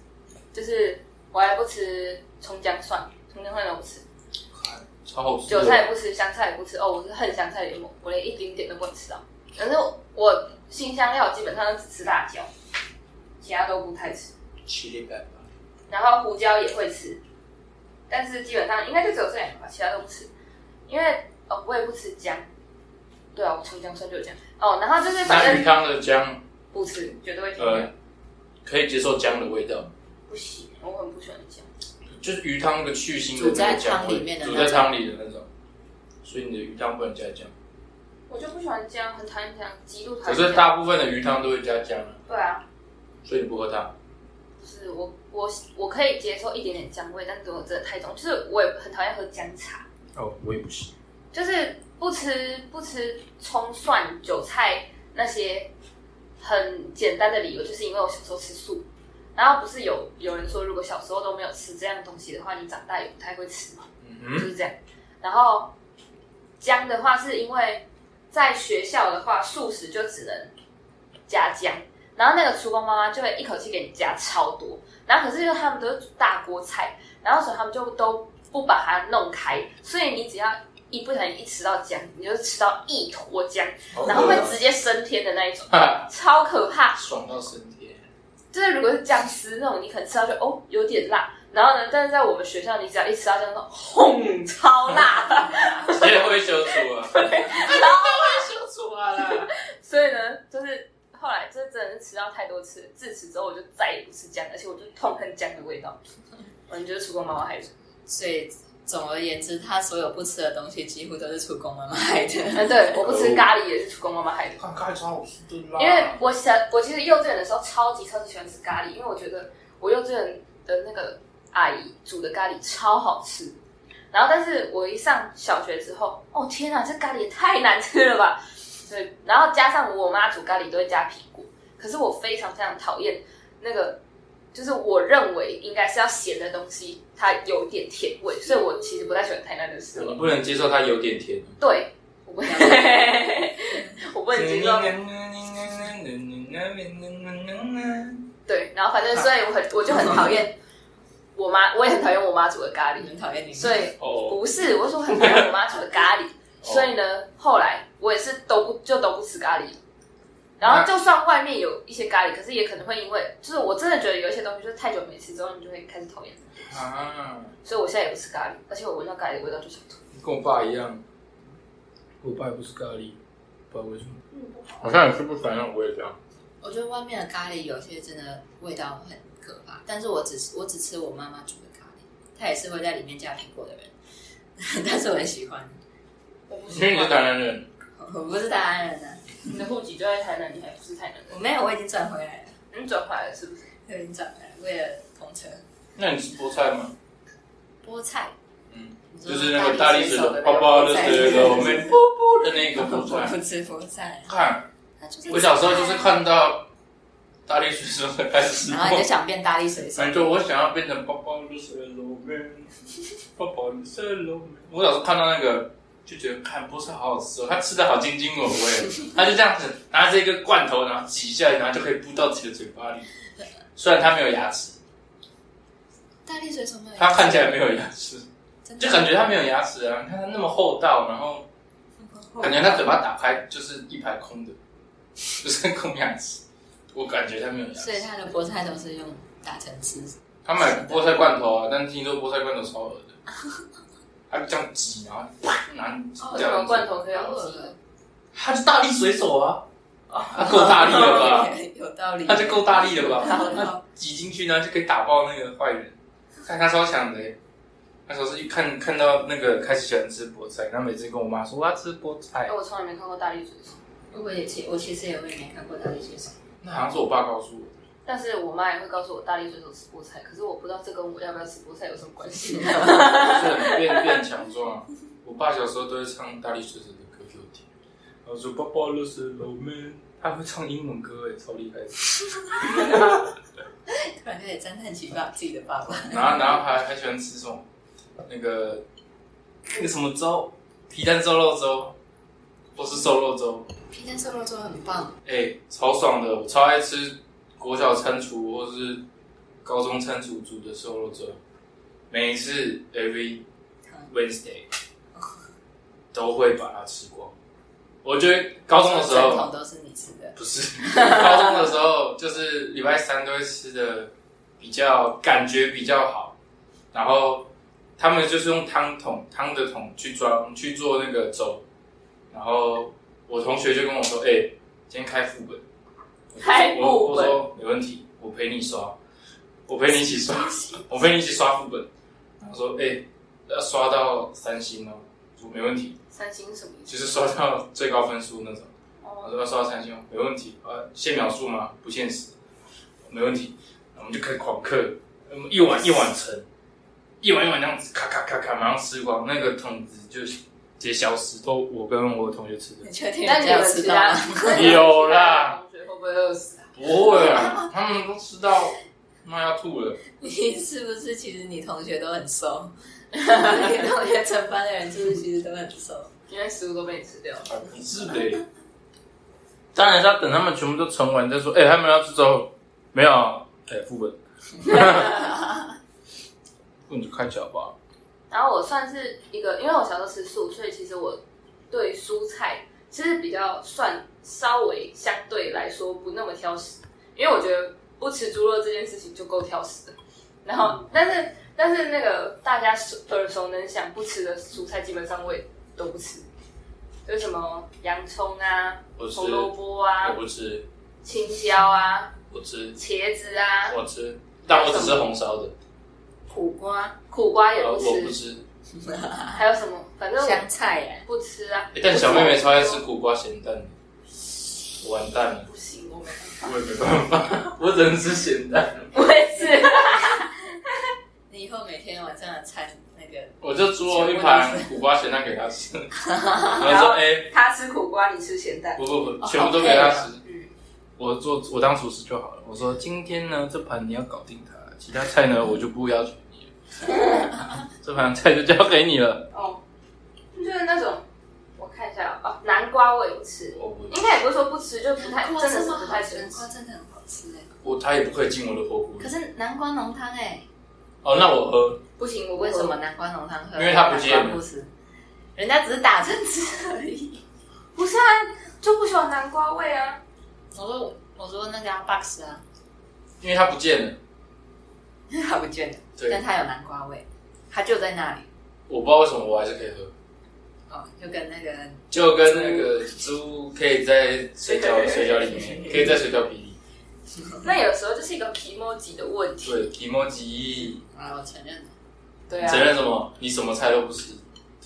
Speaker 4: 就是我还不吃葱姜蒜，葱姜蒜都不吃，
Speaker 5: 超好吃的
Speaker 4: 韭菜也不吃，香菜也不吃。哦，我是恨香菜联盟，我连一丁点都不能吃到。可是我我新香料基本上都只吃辣椒，其他都不太吃。
Speaker 5: ，chili pepper。
Speaker 4: 然后胡椒也会吃，但是基本上应该就只有这两个吧，其他都不吃。因为呃，我也不吃姜，对啊，我葱姜蒜就有姜哦。然后就是反
Speaker 5: 那鱼呃
Speaker 4: 正
Speaker 5: 汤的姜
Speaker 4: 不吃，绝对会停掉。
Speaker 5: 呃可以接受姜的味道，
Speaker 4: 不行，我很不喜欢酱。
Speaker 5: 就是鱼汤的去腥
Speaker 3: 煮
Speaker 5: 的那
Speaker 3: 在
Speaker 5: 个酱
Speaker 3: 汤
Speaker 5: 会
Speaker 3: 里面的
Speaker 5: 煮
Speaker 3: 那
Speaker 5: 在
Speaker 3: 种
Speaker 5: 汤里的那种，所以你的鱼汤不能加酱。
Speaker 4: 我就不喜欢酱，很讨厌酱，极度讨
Speaker 5: 可
Speaker 4: 厌。
Speaker 5: 是大部分的鱼汤都会加酱啊，
Speaker 4: 对啊，
Speaker 5: 所以你不喝汤。
Speaker 4: 就是我我我可以接受一点点姜味，但是我真的太重，就是我也很讨厌喝姜茶，
Speaker 1: 哦，我也不行。
Speaker 4: 就是不吃不吃葱蒜韭菜那些很简单的理由，就是因为我小时候吃素。然后不是有有人说，如果小时候都没有吃这样东西的话，你长大也不太会吃嘛，就
Speaker 5: 嗯，
Speaker 4: 是这样。然后姜的话，是因为在学校的话，素食就只能加姜，然后那个厨工妈妈就会一口气给你加超多。然后可是因为他们都是煮大锅菜，然后所以他们就都不把它弄开，所以你只要一不小心一吃到姜，你就吃到一坨姜，
Speaker 5: 好
Speaker 4: 然后会
Speaker 5: 饿啊
Speaker 4: 直接升天的那一种，
Speaker 5: 哈
Speaker 4: 超可怕。
Speaker 5: 爽到升 <laughs> 天。
Speaker 4: 就是如果是姜丝那种，你可能吃到就哦有点辣，然后呢，但是在我们学校，你只要一吃到姜丝，轰，超辣，
Speaker 5: 直接会修除啊！
Speaker 3: 就煮完了。
Speaker 4: 所以呢，就是后来就真的是吃到太多次，自此之后我就再也不吃姜，而且我就痛恨姜的味道。 <laughs> 嗯，就是厨工妈妈害的。
Speaker 3: 所以总而言之，他所有不吃的东西几乎都是出公妈妈买
Speaker 4: <laughs>
Speaker 3: 的。
Speaker 4: 嗯，对，我不吃咖喱也是厨工妈妈害的，
Speaker 5: 看咖喱超好吃的啦
Speaker 4: 因为我小我其实幼稚园的时候超级超级喜欢吃咖喱，因为我觉得我幼稚园的那个阿姨煮的咖喱超好吃。然后，但是我一上小学之后，哦天哪，这咖喱也太难吃了吧！对，然后加上我妈煮咖喱都会加苹果，可是我非常非常讨厌那个，就是我认为应该是要咸的东西，它有点甜味，所以我其实不太喜欢台南的食
Speaker 5: 你
Speaker 4: 物。
Speaker 5: 不能接受它有点甜。
Speaker 4: 对，我不，我不能接受。对，然后反正所以我很我就很讨厌我妈，我也很讨厌我妈煮的咖喱
Speaker 3: 你，们讨厌你们，
Speaker 4: 所以
Speaker 5: 哦，
Speaker 4: 不是我说很讨厌我妈煮的咖喱，所以呢，后来我也是都不就都不吃咖喱了。然后就算外面有一些咖喱，可是也可能会因为就是我真的觉得有一些东西就是太久没吃之后，你就会开始讨厌。
Speaker 5: 啊，
Speaker 4: 所以我现在也不吃咖喱，而且我闻到咖喱的味道就想吐。
Speaker 5: 跟我爸一样，
Speaker 1: 我爸也不吃咖喱，不知道为什么。
Speaker 5: 好像也是不反正我也这样。
Speaker 3: 我觉得外面的咖喱有些真的味道很可怕，但是我只吃我只吃我妈妈煮的咖喱，她也是会在里面加苹果的人， <laughs> 但是我很喜欢。
Speaker 4: 我不
Speaker 5: 因为你是台南人，
Speaker 3: 我不是大安人啊，
Speaker 4: 你的户籍就在台南，你还不是台南
Speaker 3: 我
Speaker 4: 人？
Speaker 3: 没有，我已经转回来了，
Speaker 4: 你转回来了是不是？
Speaker 3: 我已经转回来了，为了同车
Speaker 5: 那你吃菠菜吗？
Speaker 3: 菠菜，
Speaker 5: 嗯，
Speaker 3: 你说
Speaker 5: 就是那个大力水
Speaker 3: 手
Speaker 5: 的
Speaker 3: 那
Speaker 5: 泡
Speaker 3: 个
Speaker 5: 泡
Speaker 3: 菠
Speaker 5: 的
Speaker 3: 菜
Speaker 5: 那个我们噗噗的那个
Speaker 3: 我
Speaker 5: 菠菜。
Speaker 3: 不吃菠菜，啊
Speaker 5: 看，
Speaker 3: 它就是
Speaker 5: <laughs> 我小时候就是看到大力水手才开始吃
Speaker 3: <laughs> 然后你
Speaker 5: 菠
Speaker 3: 就想变大力水手
Speaker 5: 反，正哎我想要变成包包的水龙门，包包的水龙门。我小时候看到那个，就觉得看菠菜好好吃哦，他吃的好津津有味，他就这样子拿着一个罐头，然后挤一下，然后就可以布到自己的嘴巴里。虽然他没有牙齿，
Speaker 3: 大力水手没有，
Speaker 5: 他看起来没有牙齿，
Speaker 3: 真的，
Speaker 5: 就感觉他没有牙齿啊。你看他那么厚道，然后感觉他嘴巴打开就是一排空的，就是空牙齿。我感觉他没有牙齿
Speaker 3: 所。以它的菠菜都是用打成汁，
Speaker 5: 他买菠菜罐头啊，但是听说菠菜罐头超恶的，他这样挤，啊然后啪，拿
Speaker 4: 为
Speaker 5: 这
Speaker 4: 哦什
Speaker 5: 样
Speaker 4: 么
Speaker 5: 子
Speaker 4: 罐，头可以
Speaker 3: 好
Speaker 4: 用
Speaker 3: 恶
Speaker 4: 挤？
Speaker 3: 心
Speaker 5: 他是大力水手啊，
Speaker 4: 哦
Speaker 5: 他够大力了
Speaker 4: <laughs>
Speaker 5: 吧？
Speaker 3: <laughs> 有道理，
Speaker 5: 他就够大力了吧？
Speaker 3: 好的
Speaker 5: 挤进去呢就可以打爆那个坏人，看他超强的欸、那时候是一看看到那个开始喜欢吃菠菜，然后每次跟我妈说我要吃菠菜
Speaker 4: 哎，，我从来没看过大力水手，
Speaker 3: 我也其我其实也未免看过大力水手，
Speaker 5: 那好像是我爸告诉我的，
Speaker 4: 但是我妈也会告诉我大力水手吃菠菜，可是我不知道这跟我要不要吃菠菜有什么关系。
Speaker 5: 就是很变变强壮 <laughs> 啊。我爸小时候都会唱大力水手的歌给我听，然后说爸爸都是老妹，他会唱英文歌哎、超厉害的。
Speaker 3: 突然开始赞叹起爸自己的爸 <laughs> 爸，
Speaker 5: <laughs> 然后然后还还喜欢吃什么那个那个什么粥，皮蛋瘦肉粥，或是瘦肉粥，
Speaker 3: 皮蛋瘦肉粥很棒，
Speaker 5: 哎、超爽的，我超爱吃国小餐厨或是高中餐厨煮的瘦肉粥，每一次 every Wednesday 都会把它吃光。我觉得高中的时
Speaker 3: 正
Speaker 5: 候
Speaker 3: 统都是你吃的，
Speaker 5: 不是， <laughs> 高中的时候就是礼拜三都会吃的比较感觉比较好，然后他们就是用汤桶汤的桶去装去做那个粥，然后我同学就跟我说：“哎、今天开副本。我就说”
Speaker 4: 开副本
Speaker 5: 我我说没问题，我陪你刷。我陪你一起刷，我陪你一起刷副本。他说，哎、要刷到三星哦，我说没问题，
Speaker 4: 三星是什么意思？
Speaker 5: 就是刷到最高分数那种。我
Speaker 4: 哦，
Speaker 5: 说要刷到三星哦，没问题。呃，限秒数吗？不限时，没问题。我们就开始狂嗑，我们一碗一碗盛，一碗一碗这样子，咔咔咔咔，马上吃光，那个桶子就直接消失，都我跟我同学吃的。
Speaker 3: 你确定
Speaker 4: 那
Speaker 3: 有
Speaker 4: 你
Speaker 3: 这样
Speaker 4: 有
Speaker 3: 吃
Speaker 4: 吃
Speaker 3: 到
Speaker 4: 啊
Speaker 3: 吗？？
Speaker 5: 有啦，
Speaker 4: <laughs> 同学会不会饿死啊？
Speaker 5: 不会
Speaker 4: <laughs>
Speaker 5: 啊，他们都吃到妈要吐了。
Speaker 3: 你是不是其实你同学都很 <laughs> 瘦？你同学整班的人是不是其实都很瘦？
Speaker 4: 因为食物都被你吃掉了。
Speaker 5: 啊不是的，当然是要等他们全部都存完再说。哎、他们要吃粥，没有？哎、副
Speaker 4: <laughs>
Speaker 5: 本，副本就开起来吧。
Speaker 4: 然后我算是一个，因为我小时候吃素，所以其实我对蔬菜其实比较算稍微相对来说不那么挑食，因为我觉得不吃猪肉这件事情就够挑食的。然后，
Speaker 5: 嗯
Speaker 4: 但是但是那个大家熟耳熟能详不吃的蔬菜，基本上我也都不吃，就是什么洋葱啊、
Speaker 5: 我吃，
Speaker 4: 红
Speaker 5: 我
Speaker 4: 萝卜啊、
Speaker 5: 不吃，
Speaker 4: 青椒啊、
Speaker 5: 我吃，
Speaker 4: 茄子啊、
Speaker 5: 我吃，但我只吃红烧的，
Speaker 3: 苦瓜、
Speaker 4: 苦瓜也
Speaker 5: 呃，
Speaker 4: 不
Speaker 5: 我不
Speaker 4: 吃，
Speaker 5: 吃。
Speaker 4: 还有什么？反正我
Speaker 3: 香菜耶、
Speaker 4: 不吃啊，
Speaker 5: 欸但小妹妹超爱吃苦瓜咸蛋的，我完蛋了，
Speaker 4: 不行，我没办法。
Speaker 5: 我也没办法， <laughs> 我只能吃咸蛋，
Speaker 4: <laughs> 我也是。
Speaker 3: 你以后每天晚上的餐那个
Speaker 5: 我就煮了一盘苦瓜咸蛋给她
Speaker 4: <laughs>
Speaker 5: 吃，然后说哎、欸
Speaker 4: 他吃苦瓜，你吃咸蛋。
Speaker 5: 不不不，全部都给她吃。
Speaker 4: 嗯，
Speaker 1: 我做我当厨师就好了。我说今天呢，这盘你要搞定它，其他菜
Speaker 5: 嗯
Speaker 1: 呢我就不要求你了， <laughs> 这盘菜就交给你了。
Speaker 4: 哦，就是那种，我看一下哦，南瓜我也不吃，
Speaker 5: 我不，
Speaker 4: 应该也不是说不吃，就不太，
Speaker 3: 南瓜
Speaker 4: 真的是
Speaker 3: 么
Speaker 4: 不
Speaker 3: 好
Speaker 4: 太
Speaker 3: 吃，
Speaker 4: 能
Speaker 3: 南
Speaker 4: 吃
Speaker 3: 瓜。真的很好吃哎、
Speaker 5: 我她也不可以进我的火锅
Speaker 3: 可。是南瓜浓汤哎，
Speaker 5: 哦，那我喝，
Speaker 4: 不行，我
Speaker 3: 为
Speaker 4: 为
Speaker 3: 什
Speaker 4: 什
Speaker 3: 么
Speaker 4: 么？
Speaker 3: 南瓜浓汤喝？
Speaker 5: 因为它不见
Speaker 3: 南瓜不吃，人家只是打成吃而已。
Speaker 4: 不是啊，就不喜欢南瓜味啊。
Speaker 3: 我说我说那个啊 box 啊，
Speaker 5: 因为它不见了。
Speaker 3: <laughs> 它不见了，
Speaker 5: 对
Speaker 3: 但它有南瓜味，它就在那里
Speaker 5: 我不知道为什么我还是可以喝，
Speaker 3: 哦，就跟那个
Speaker 5: 就跟那个猪可以在水饺水饺里面，可以在水饺皮里。
Speaker 4: 那有时候就是一个 emoji 的问题。
Speaker 5: 对，emoji
Speaker 3: 啊，我承认了，
Speaker 4: 对啊
Speaker 5: 承。认什么？你什么菜都不吃，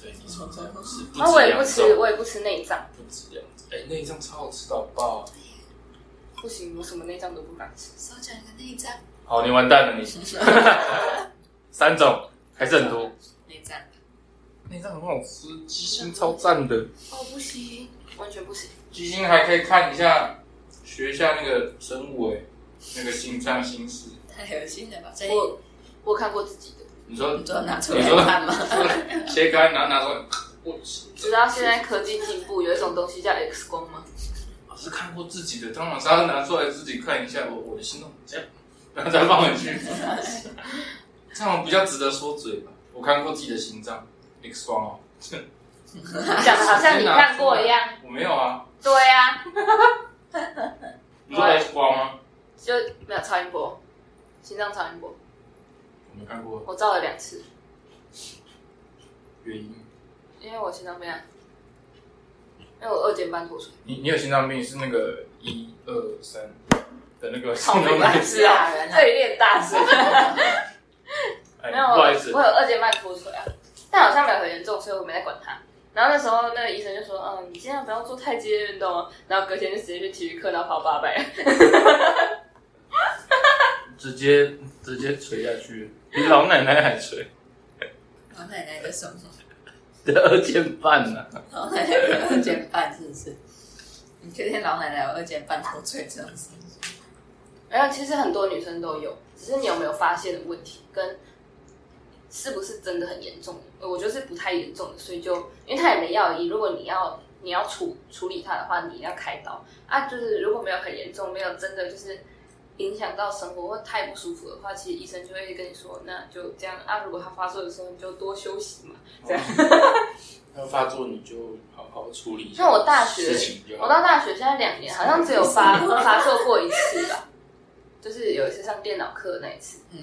Speaker 5: 对你什么菜都不啊吃，
Speaker 4: 那我也不
Speaker 5: 不止
Speaker 4: 吃，
Speaker 5: 两种，
Speaker 4: 我也不吃内脏，
Speaker 5: 不止两种。哎，内脏超好吃到爆！
Speaker 4: 不行，我什么内脏都不敢吃。
Speaker 3: 手脚一个内脏，
Speaker 1: 好，你完蛋了你，三种还是很多。
Speaker 3: 内脏，
Speaker 1: 内脏很好吃，鸡心超赞的。
Speaker 4: 哦，不行，完全不行。
Speaker 5: 基金还可以看一下，学一下那个生物哎，那个心脏心事。
Speaker 3: 太恶心了吧？所以
Speaker 4: 我我看过自己的，
Speaker 5: 你说
Speaker 3: 你都拿出来看吗？
Speaker 5: 切开拿拿出来，我
Speaker 4: 知道现在科技进步有一种东西叫 X 光吗？
Speaker 5: 我是看过自己的，当然是要拿出来自己看一下，我我的心动这样，然后再放回去，
Speaker 4: <laughs>
Speaker 5: 这样比较值得说嘴吧。我看过自己的心脏 X 光哦，
Speaker 4: 讲的好像你看过一样。
Speaker 5: 我没有啊，
Speaker 4: 对啊，
Speaker 5: 你说 X 光吗？
Speaker 4: 就没有超音波，心脏超音波，
Speaker 5: 我没看过，
Speaker 4: 我照了两次，
Speaker 5: 原因
Speaker 4: 因为我心脏病啊，因为我二尖瓣脱水，
Speaker 1: 你你有心脏病是那个一二三的那个心
Speaker 4: 好
Speaker 1: 脏
Speaker 4: 没关
Speaker 1: 病，
Speaker 4: 系啊
Speaker 3: 吓人，啊
Speaker 4: 对练大声。
Speaker 1: 哎，
Speaker 4: 没有，
Speaker 1: 不
Speaker 4: 我
Speaker 1: 好意思
Speaker 4: 我，有二尖瓣脱水啊，但好像没有很严重，所以我没在管它。然后那时候那个医生就说，嗯，你尽量不要做太激烈运动哦。然后隔天就直接去体育课，然后跑八百。
Speaker 1: 直接直接垂下去，比老奶奶还垂，
Speaker 3: 老奶奶的手，
Speaker 1: 得二尖半呢、
Speaker 3: <laughs> 老奶奶有二尖瓣是不是？你确定老奶奶有二尖瓣脱垂这样子？
Speaker 4: 没有，哎其实很多女生都有，只是你有没有发现的问题，跟是不是真的很严重。我觉得是不太严重的，所以就因为它也没药医，如果你要你要处处理它的话，你要开刀啊。就是如果没有很严重，没有真的就是影响到生活或太不舒服的话，其实医生就会跟你说，那就这样啊。如果它发作的时候，你就多休息嘛。这样，
Speaker 5: 哦要发作你就好好处理一下。
Speaker 4: 像我大学
Speaker 5: 事情就好
Speaker 4: 我到大学现在两年，好像只有
Speaker 5: <laughs>
Speaker 4: 发发作过一次吧，就是有一次上电脑课那一次。
Speaker 3: 嗯，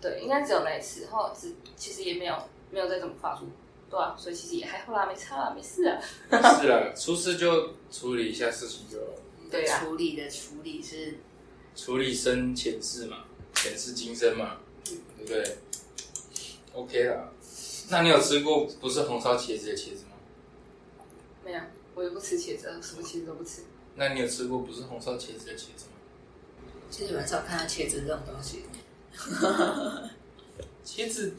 Speaker 4: 对，应该只有那一次，然后只其实也没有没有再怎么发出，对啊，所以其实也还好啦，没差啦，没事啊。 <laughs>
Speaker 5: 是啦，出事就处理一下事情就好，
Speaker 4: 对啊
Speaker 3: 处理的处理是
Speaker 5: 处理生前事嘛。前世今生嘛，对不对？OK 啦。那你有吃过不是红烧茄子的茄子吗？
Speaker 4: 没有，啊我也不吃茄子，什么茄子都不吃。
Speaker 5: 那你有吃过不是红烧茄子的茄子吗？
Speaker 3: 其实很少看到茄子这种东西。
Speaker 5: 茄子，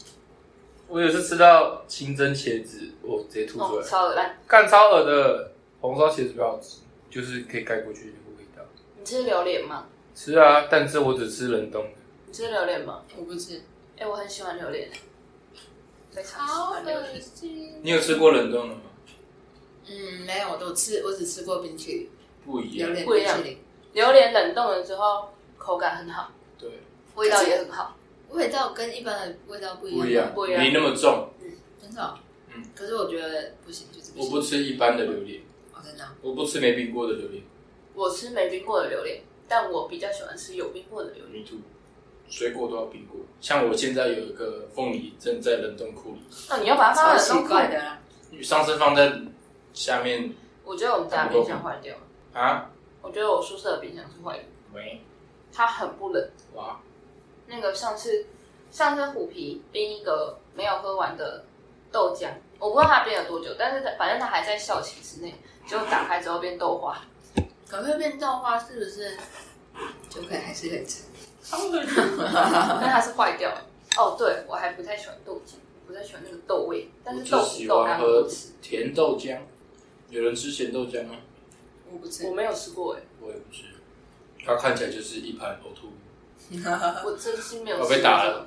Speaker 5: 我有次吃到清蒸茄子，我直接吐出
Speaker 4: 哦，
Speaker 5: 来，
Speaker 4: 超恶烂。
Speaker 5: 干超恶的红烧茄子比较好吃，就是可以盖过去那个味道。
Speaker 4: 你吃榴莲吗？
Speaker 5: 吃啊，但是我只吃冷冻的。
Speaker 4: 你吃榴莲吗？
Speaker 3: 我不吃，
Speaker 4: 哎、我很喜欢榴莲，非常喜欢榴莲。
Speaker 5: 你有吃过冷冻的吗？
Speaker 3: 嗯，没有，我都吃，我只吃过冰淇淋，
Speaker 5: 不一
Speaker 3: 榴
Speaker 5: 样，
Speaker 3: 莲
Speaker 4: 不一
Speaker 3: 冰
Speaker 4: 样
Speaker 3: 淇淋，
Speaker 4: 榴莲冷冻了之后，口感很好，
Speaker 5: 对，
Speaker 4: 味道也很好。
Speaker 3: 味道跟一般的味道不一样，
Speaker 5: 不一样，
Speaker 4: 不一样
Speaker 5: 没那么重。
Speaker 3: 真的哦、
Speaker 5: 嗯
Speaker 3: 可是我觉得不行，就是
Speaker 5: 我
Speaker 3: 行。
Speaker 5: 不吃一般的榴莲，
Speaker 3: 哦，真的哦、
Speaker 5: 我不吃没冰过的榴莲，
Speaker 4: 我吃没冰过的榴莲，但我比较喜欢吃有冰过的榴
Speaker 5: 迷
Speaker 4: 莲。哦
Speaker 5: 途。水果都要冰过，像我现在有一个凤梨正在冷冻库里，
Speaker 4: 那、你要把它
Speaker 3: 超
Speaker 4: 放在冷
Speaker 3: 奇
Speaker 4: 冻
Speaker 3: 怪
Speaker 4: 库？
Speaker 3: 的啦。
Speaker 5: 上次放在下面
Speaker 4: 我觉得我们家的冰箱坏掉了。
Speaker 5: 啊，
Speaker 4: 我觉得我宿舍的冰箱是坏的，
Speaker 5: 喂，
Speaker 4: 它很不冷。
Speaker 5: 哇，
Speaker 4: 那个上次上次虎皮冰一个没有喝完的豆浆，我不知道它冰了多久，但是它反正它还在校寝室内，结果打开之后变豆 <laughs> 花。
Speaker 3: 可是变豆花是不是就可以还是可以吃？
Speaker 4: <laughs> 但它是坏掉了。哦，对，我还不太喜欢豆浆，不太喜欢那个豆味，但
Speaker 5: 我
Speaker 4: 是
Speaker 5: 就
Speaker 4: 豆腐
Speaker 5: 喜
Speaker 4: 豆
Speaker 5: 欢
Speaker 4: 干
Speaker 5: 喝
Speaker 4: 好吃。
Speaker 5: 甜豆浆，有人吃甜豆浆吗？
Speaker 3: 我不吃
Speaker 4: 我，没有吃过哎、
Speaker 5: 我也不吃，它看起来就是一盘呕吐物，
Speaker 4: 我真心没有吃
Speaker 5: 我
Speaker 4: 过。
Speaker 5: 被打了，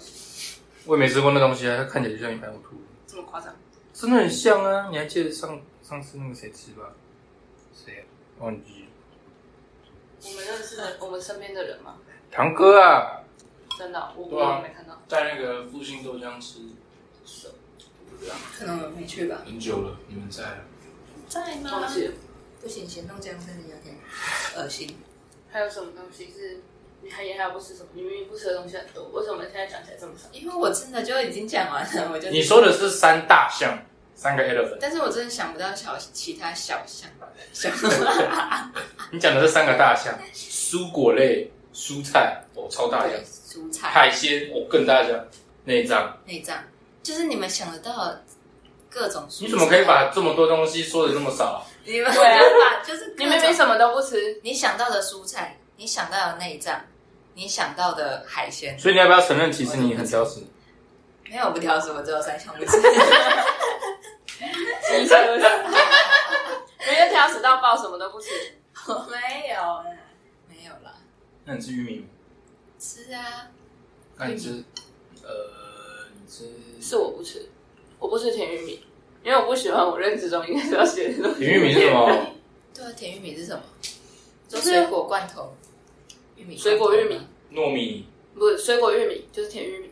Speaker 5: 我也没吃过那东西啊，它看起来就像一盘呕吐物，
Speaker 4: 这么夸张？
Speaker 5: 真的很像啊！你还记得上上次那个谁吃吧？谁、啊？忘记了，
Speaker 4: 我们认识的我们身边的人吗？
Speaker 5: 堂哥啊，
Speaker 4: 真的，我
Speaker 5: 对啊
Speaker 4: 我没看到。
Speaker 5: 在那个复兴豆浆吃，
Speaker 3: 可能我没去吧。
Speaker 5: 很久了，你们在啊？
Speaker 3: 在吗
Speaker 4: 忘记了
Speaker 3: 不行，咸豆浆真的有点恶心。
Speaker 4: 还有什么东西是你还也还不吃什么？你明明不吃的东西很多，为什么现在讲起来这么少？
Speaker 3: 因为我真的就已经讲完了，我就
Speaker 5: 你说的是三大项，三个 elephant，
Speaker 3: 但是我真的想不到小其他小项，小
Speaker 5: 你讲的是三个大项，蔬果类、蔬菜，哦，超大项
Speaker 3: 对，蔬菜、
Speaker 5: 海鲜，哦，更大项，内脏。
Speaker 3: 内脏，就是你们想得到的各种蔬菜。
Speaker 5: 你怎么可以把这么多东西说的那么少、啊？
Speaker 3: <laughs> 你们
Speaker 4: 对啊
Speaker 3: 把就是各
Speaker 4: 你
Speaker 3: 种
Speaker 4: 明明什么都不吃，
Speaker 3: 你想到的蔬菜，你想到的内脏，你想到的海鲜，
Speaker 5: 所以你要不要承认，其实你很挑食？
Speaker 3: 没有我不挑食，我只有三项不吃。
Speaker 4: 机车，明天挑食到爆，什么都不吃。
Speaker 3: 我 <laughs> 没有啦，没有啦，
Speaker 5: 那你吃玉米吗？
Speaker 3: 吃啊，
Speaker 5: 那你吃，呃，你吃
Speaker 4: 是我不吃，我不吃甜玉米，因为我不喜欢我认知中应该是要写的东西。
Speaker 5: 甜玉米是什么？
Speaker 3: 对啊，甜玉米是什么？就
Speaker 4: 就是
Speaker 3: 水果罐头，玉米罐头吗
Speaker 4: 水果玉米，
Speaker 5: <laughs> 糯米。
Speaker 4: 不是水果玉米，就是甜玉米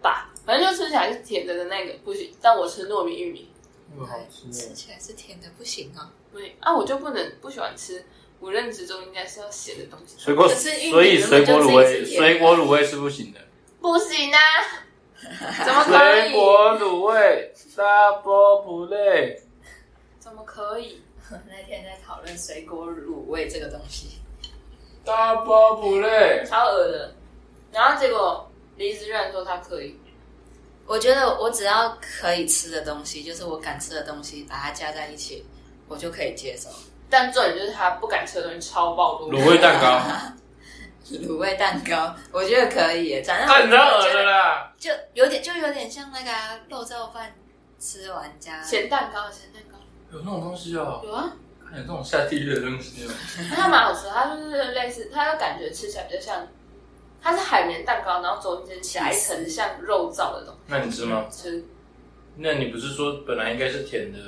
Speaker 4: 吧，反正就吃起来是甜的的那个不行，但我吃糯米玉米，
Speaker 5: 那么好吃
Speaker 3: 吃起来是甜的不行哦。
Speaker 4: 对啊，我就不能不喜欢吃我认知中应该是要咸的东西，
Speaker 5: 水果，
Speaker 3: 可是玉米
Speaker 5: 所以水果
Speaker 3: 原
Speaker 5: 卤
Speaker 3: 本就是
Speaker 5: 味，
Speaker 3: 一啊直甜的
Speaker 5: 水果卤味是不行的。
Speaker 4: 不行啊，
Speaker 5: <laughs>
Speaker 4: 怎么可
Speaker 5: 水
Speaker 4: 以？
Speaker 5: 果卤味，double play。
Speaker 4: 怎么可以？
Speaker 3: 那天在讨论水果卤味这个东西，
Speaker 5: Double play，
Speaker 4: 超恶的，然后结果黎子居然说他可以，
Speaker 3: 我觉得我只要可以吃的东西，就是我敢吃的东西，把它加在一起，我就可以接受。
Speaker 4: 但重点就是他不敢吃的东西超爆多，
Speaker 5: 卤味蛋 <laughs> 糕，
Speaker 3: 卤味蛋糕，我觉得可以耶，反正
Speaker 5: 太
Speaker 3: 我
Speaker 5: 热
Speaker 3: 觉
Speaker 5: 了
Speaker 3: 得
Speaker 5: 啦！
Speaker 3: 就有点就有点像那个啊、肉燥饭，吃完加
Speaker 4: 咸蛋糕，咸蛋糕
Speaker 5: 有那种东西哦，
Speaker 4: 有啊。
Speaker 5: 看有这种下地狱的东西哦。
Speaker 4: 它蛮好吃的，它就是类似，它的感觉吃起来比较像，它是海绵蛋糕，然后中间夹一层像肉燥的东
Speaker 5: 那你吃吗？
Speaker 4: 西吃。
Speaker 5: 那你不是说本来应该是
Speaker 1: <laughs>
Speaker 5: 甜的？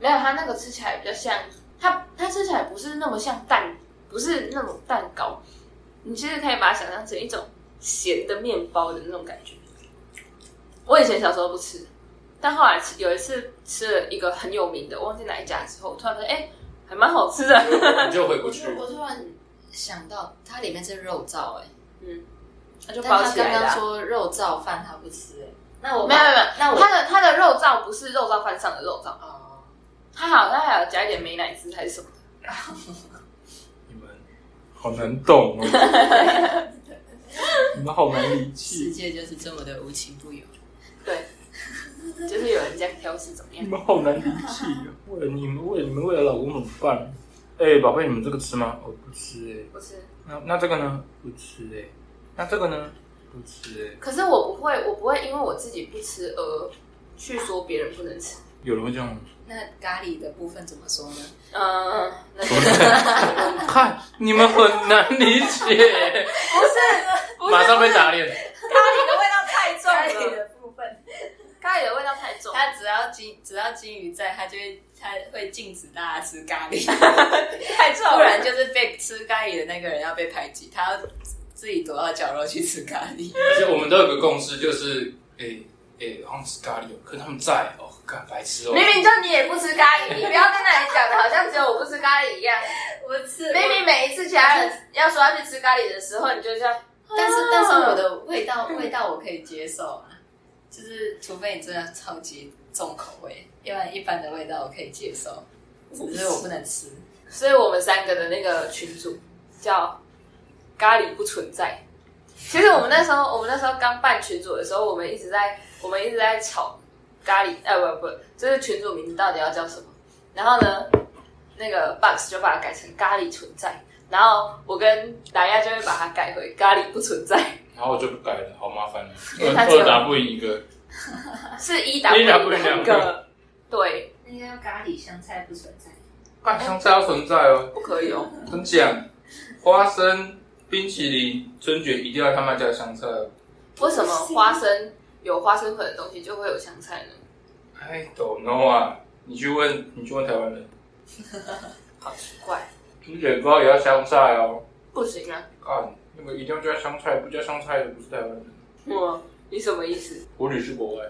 Speaker 4: 没有，它那个吃起来比较像，它它吃起来不是那么像蛋，不是那种蛋糕，你其实可以把它想象成一种咸的面包的那种感觉。我以前小时候不吃，但后来吃有一次吃了一个很有名的，忘记哪一家之后，我突然发现，哎、还蛮好吃 <laughs> 的。
Speaker 5: 你就回
Speaker 3: 我
Speaker 5: 不去
Speaker 3: 突。我突然想到，它里面是肉燥哎、
Speaker 4: 那就包
Speaker 3: 但他
Speaker 4: 起来
Speaker 3: 刚
Speaker 4: 啦
Speaker 3: 刚说肉燥饭他不吃哎、那我
Speaker 4: 没有没有，没有
Speaker 3: 那我
Speaker 4: 它的它的肉燥不是肉燥饭上的肉燥，
Speaker 3: 哦，
Speaker 4: 它好像还有加一点美乃滋还是什么的。
Speaker 5: <laughs> 你们好难懂哦。
Speaker 1: 你们好难理
Speaker 3: 世
Speaker 1: 解，
Speaker 3: 界就是这么的无情不友。
Speaker 4: 对，就是有人这样挑是怎么样
Speaker 1: 你？们好难理解哦。为了你们，为了你们，为了老公怎么办？哎、宝贝，你们这个吃吗？我、不吃哎、
Speaker 4: 不是，
Speaker 1: 那那这个呢？不吃哎、那这个呢？不吃哎、
Speaker 4: 可是我不会，我不会因为我自己不吃而去说别人不能吃。
Speaker 1: 有人会这样吗？
Speaker 3: 那咖喱的部分怎么说呢？
Speaker 4: 嗯，那
Speaker 1: 看，你们很难理
Speaker 4: <laughs>
Speaker 1: 解，
Speaker 4: 不是
Speaker 1: 马上被打脸。
Speaker 2: 你的味道太重
Speaker 4: 咖喱
Speaker 2: 的部分，
Speaker 4: 咖喱的味道太重，
Speaker 3: 他只要金只要金鱼在，他就会他会禁止大家吃咖
Speaker 4: <laughs>
Speaker 3: 喱，
Speaker 2: 太重
Speaker 3: 不然就是被吃咖喱的那个人要被排挤，他要自己躲到角落去吃咖喱。
Speaker 5: 而且我们都有个共识，就是诶诶，好像是咖喱哦，可他们在哦，干白痴哦，
Speaker 4: 明明就你也不吃咖喱，你不要跟那里讲的好像只有我不吃咖喱一
Speaker 2: <laughs>
Speaker 4: 样。
Speaker 2: 我吃
Speaker 4: 明明每一次其他人要说要去吃咖喱的时候，你就这样。
Speaker 3: <laughs> 但是但是我的味 <laughs> 道味道我可以接受啊，就是除非你真的超级重口味，要不然一般的味道我可以接受，只是我不能吃。
Speaker 4: 所以我们三个的那个群组叫“咖喱不存在”。其实我们那时候，我们那时候刚办群组的时候，我们一直在我们一直在吵咖喱，呃，不不，就是群组名字到底要叫什么。然后呢，那个 Box 就把它改成“咖喱存在”，然后我跟达亚就会把它改回“咖喱不存在 <laughs>
Speaker 5: 然后我就不改了，好麻烦哦，
Speaker 4: 因为
Speaker 5: 二
Speaker 4: 他只有
Speaker 5: 二打不赢一个，”，
Speaker 4: 是一打不一
Speaker 5: 一打不一
Speaker 4: 的
Speaker 5: 两
Speaker 4: 一
Speaker 5: 个
Speaker 4: 个，对，
Speaker 3: 那应该叫咖喱香菜不存在。
Speaker 5: 干香菜要存在哦。
Speaker 4: 不可以哦。
Speaker 5: 跟你讲，花生冰淇淋春卷一定要他妈加香菜哦。
Speaker 4: 为什么花生有花生粉的东西就会有香菜呢？
Speaker 5: I don't know 啊，你去问你去问台湾人，
Speaker 4: 好奇怪，
Speaker 5: 春卷包也要香菜哦。
Speaker 4: 不行啊！
Speaker 5: 干，那个一定要加香菜，不加香菜的不是台湾人。
Speaker 4: 我你什么意思？
Speaker 5: 我旅是国外，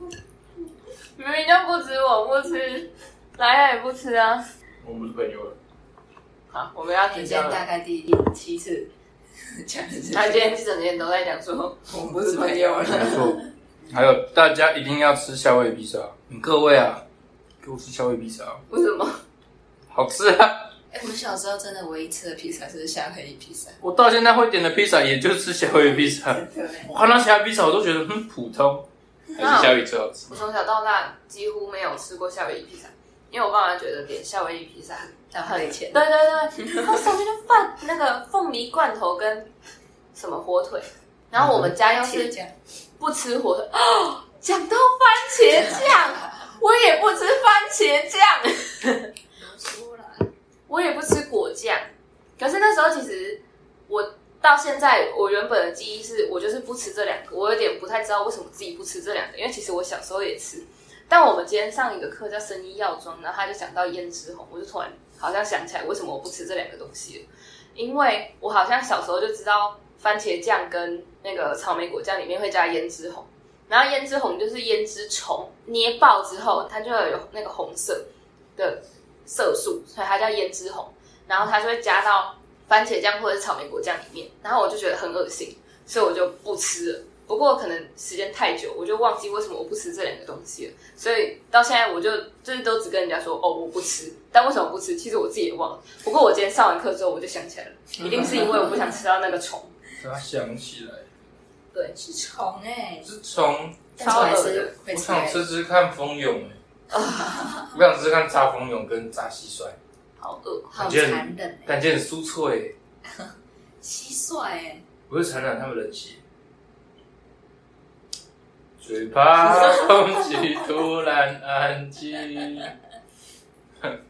Speaker 4: 明明就不吃，我不吃，莱雅也不吃啊。
Speaker 5: 我们不是朋友了。
Speaker 4: 好，我们要
Speaker 3: 今
Speaker 4: 停下
Speaker 3: 天
Speaker 4: 了。
Speaker 3: 大概第七次 <laughs> 讲的是
Speaker 4: 他今天整天都在讲说，
Speaker 3: 我们不是朋友 <laughs> 了。
Speaker 5: 没错，
Speaker 1: 还有大家一定要吃夏威夷披萨，你各位啊，给我吃夏威夷披萨，
Speaker 4: 为什么？ <laughs>
Speaker 1: 好吃啊！
Speaker 3: 哎、我们小时候真的唯一吃的披萨是夏威夷披萨，
Speaker 1: 我到现在会点的披萨，也就吃夏威夷披萨。
Speaker 5: 嗯
Speaker 1: 我看到其他披萨，我都觉得很普通。
Speaker 5: 还是夏威夷最好吃。
Speaker 4: 我从小到大几乎没有吃过夏威夷披萨，因为我爸妈觉得点夏威夷披萨很
Speaker 3: 浪费钱。
Speaker 4: 对对对，他手边就饭那个凤梨罐头跟什么火腿，然后我们家又
Speaker 3: 是
Speaker 4: 是
Speaker 3: 这样，
Speaker 4: 不吃火腿， <gasps> 哦，讲到番茄酱，我也不吃番茄酱。
Speaker 3: 浓缩了。
Speaker 4: 我也不吃果酱，可是那时候其实我到现在，我原本的记忆是我就是不吃这两个，我有点不太知道为什么自己不吃这两个，因为其实我小时候也吃。但我们今天上一个课叫生医药妆，然后他就讲到胭脂红，我就突然好像想起来为什么我不吃这两个东西了，因为我好像小时候就知道番茄酱跟那个草莓果酱里面会加胭脂红，然后胭脂红就是胭脂虫捏爆之后，它就会有那个红色的色素，所以它叫胭脂红。然后它就会加到番茄酱或者是草莓果酱里面，然后我就觉得很恶心，所以我就不吃了。不过可能时间太久，我就忘记为什么我不吃这两个东西了，所以到现在我就就是都只跟人家说哦我不吃，但为什么不吃？其实我自己也忘了。不过我今天上完课之后我就想起来了，一定是因为我不想吃到那个虫。
Speaker 1: 大家想起来，
Speaker 3: 是虫哎、
Speaker 5: 是从
Speaker 3: 但是我还
Speaker 4: 超恶
Speaker 3: 是
Speaker 4: 的
Speaker 3: 会
Speaker 5: 我
Speaker 3: 吃哎
Speaker 5: 想吃吃看蜂蛹欸我想吃吃看炸蜂蛹跟炸蟋蟀，
Speaker 4: 好饿，
Speaker 3: 好残忍哎、
Speaker 5: 感觉很酥脆欸，
Speaker 3: 蟋蟀哎、
Speaker 5: 不是传染他们人血。嘴巴空气突然安静，
Speaker 3: 很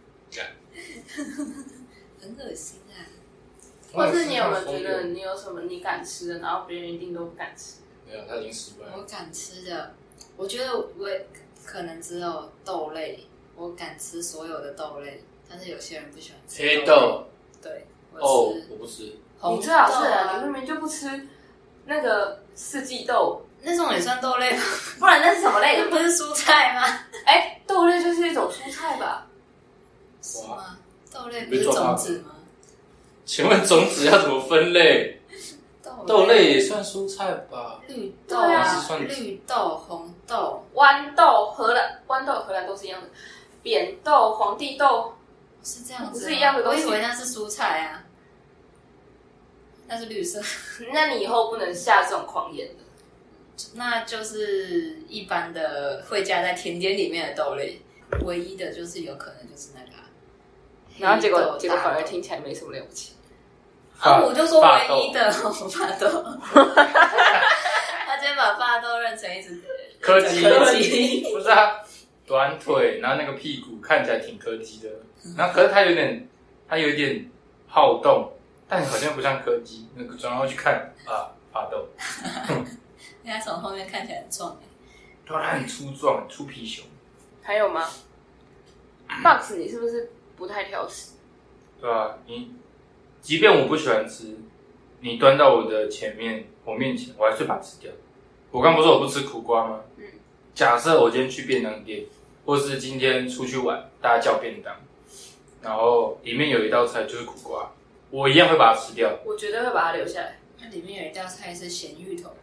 Speaker 3: 恶心啊！
Speaker 4: <laughs> 或是你有没有觉得你有什么你敢吃的，然后别人一定都不敢吃？
Speaker 5: 没有？他已经失败了。
Speaker 3: 我敢吃的，我觉得我也可能只有豆类，我敢吃所有的豆类，但是有些人不喜欢吃
Speaker 5: 黑
Speaker 3: 豆
Speaker 5: 豆
Speaker 3: 类。对，
Speaker 5: 哦
Speaker 3: 我吃，
Speaker 5: 我不吃，
Speaker 3: 红豆、啊。
Speaker 4: 你最好是啊，你明明就不吃那个四季豆，
Speaker 3: 那种也算豆类吗？
Speaker 4: 不然那是什么类的
Speaker 3: 那？不是蔬菜吗？
Speaker 4: 哎，豆类就是一种蔬菜吧？
Speaker 3: 是吗？豆类不
Speaker 5: 被
Speaker 3: 是
Speaker 5: 抓到
Speaker 3: 种
Speaker 5: 了
Speaker 3: 子吗？
Speaker 5: 请问种子要怎么分类？
Speaker 3: 豆
Speaker 5: 豆类也算蔬菜吧？
Speaker 3: 绿豆
Speaker 4: 对啊
Speaker 5: 还是算
Speaker 3: 绿豆、红豆，
Speaker 4: 豌豆、荷兰豌豆、荷兰都是一样的，扁豆、皇帝豆
Speaker 3: 是这样子吗，啊
Speaker 4: 不是一样的东西
Speaker 3: 我以为那是蔬菜啊。那是绿色，
Speaker 4: 那你以后不能下这种狂言了。
Speaker 3: 那就是一般的会加在甜点里面的豆类，唯一的就是有可能就是那个啊、
Speaker 4: 然后结
Speaker 3: 黑豆
Speaker 4: 果
Speaker 3: 大
Speaker 4: 结果反而
Speaker 3: 豆
Speaker 4: 听起来没什么了不起。
Speaker 3: 啊，我就说
Speaker 5: 发
Speaker 3: 唯一的发豆，他今天把发豆认成一只
Speaker 5: 柯基，
Speaker 3: 柯基
Speaker 5: 不是啊，短腿，然后那个屁股看起来挺柯基的，然后可是它有点，它有点好动，但好像不像柯基。那个转过去看啊，发抖，
Speaker 3: 人家从后面看起来很壮欸，
Speaker 5: 对啊，它很粗壮，很粗皮熊，
Speaker 4: 还有吗？Box，你是不是不太挑食？
Speaker 5: 对啊，你即便我不喜欢吃，你端到我的前面，我面前，我还是把它吃掉。我刚不是说我不吃苦瓜吗？
Speaker 4: 嗯
Speaker 5: 假设我今天去便当店，或是今天出去玩，大家叫便当，然后里面有一道菜就是苦瓜，我一样会把它吃掉。
Speaker 4: 我绝对会把它留下来。
Speaker 3: 那里面有一道菜是咸芋头，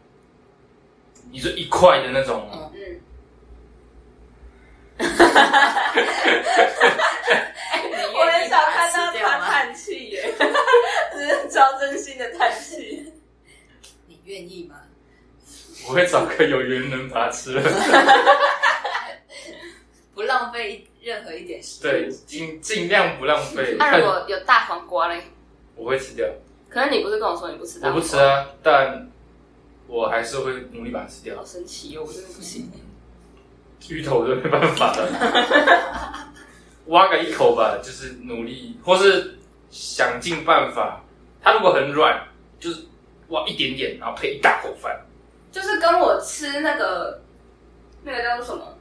Speaker 5: 你说一块的那种吗，
Speaker 3: 嗯
Speaker 4: 嗯， <laughs>
Speaker 3: 你
Speaker 2: 我很
Speaker 3: 愿意
Speaker 2: 少
Speaker 3: 把
Speaker 2: 看
Speaker 3: 它
Speaker 2: 到
Speaker 3: 吃掉
Speaker 2: 他
Speaker 3: 吗？
Speaker 2: 叹气耶，只是超真心的叹气。
Speaker 3: 你愿意吗？
Speaker 5: 我会找个有缘人把它吃了。
Speaker 3: 不浪费一任何一点时间。
Speaker 5: 对，尽尽量不浪
Speaker 4: <laughs>
Speaker 5: 费。
Speaker 4: <laughs> 那
Speaker 5: 看
Speaker 4: 如果有大黄瓜嘞？
Speaker 5: 我会吃掉，
Speaker 4: 可是你不是跟我说你不吃大
Speaker 5: 我
Speaker 4: 黄瓜？
Speaker 5: 不吃啊，但我还是会努力把它吃掉
Speaker 4: 好。神奇哦，我真的不行。
Speaker 5: 芋头我就没办法了， <laughs> 挖个一口吧，就是努力，或是想尽办法。它如果很软，就是挖一点点，然后配一大口饭。
Speaker 4: 就是跟我吃那个那个叫做什么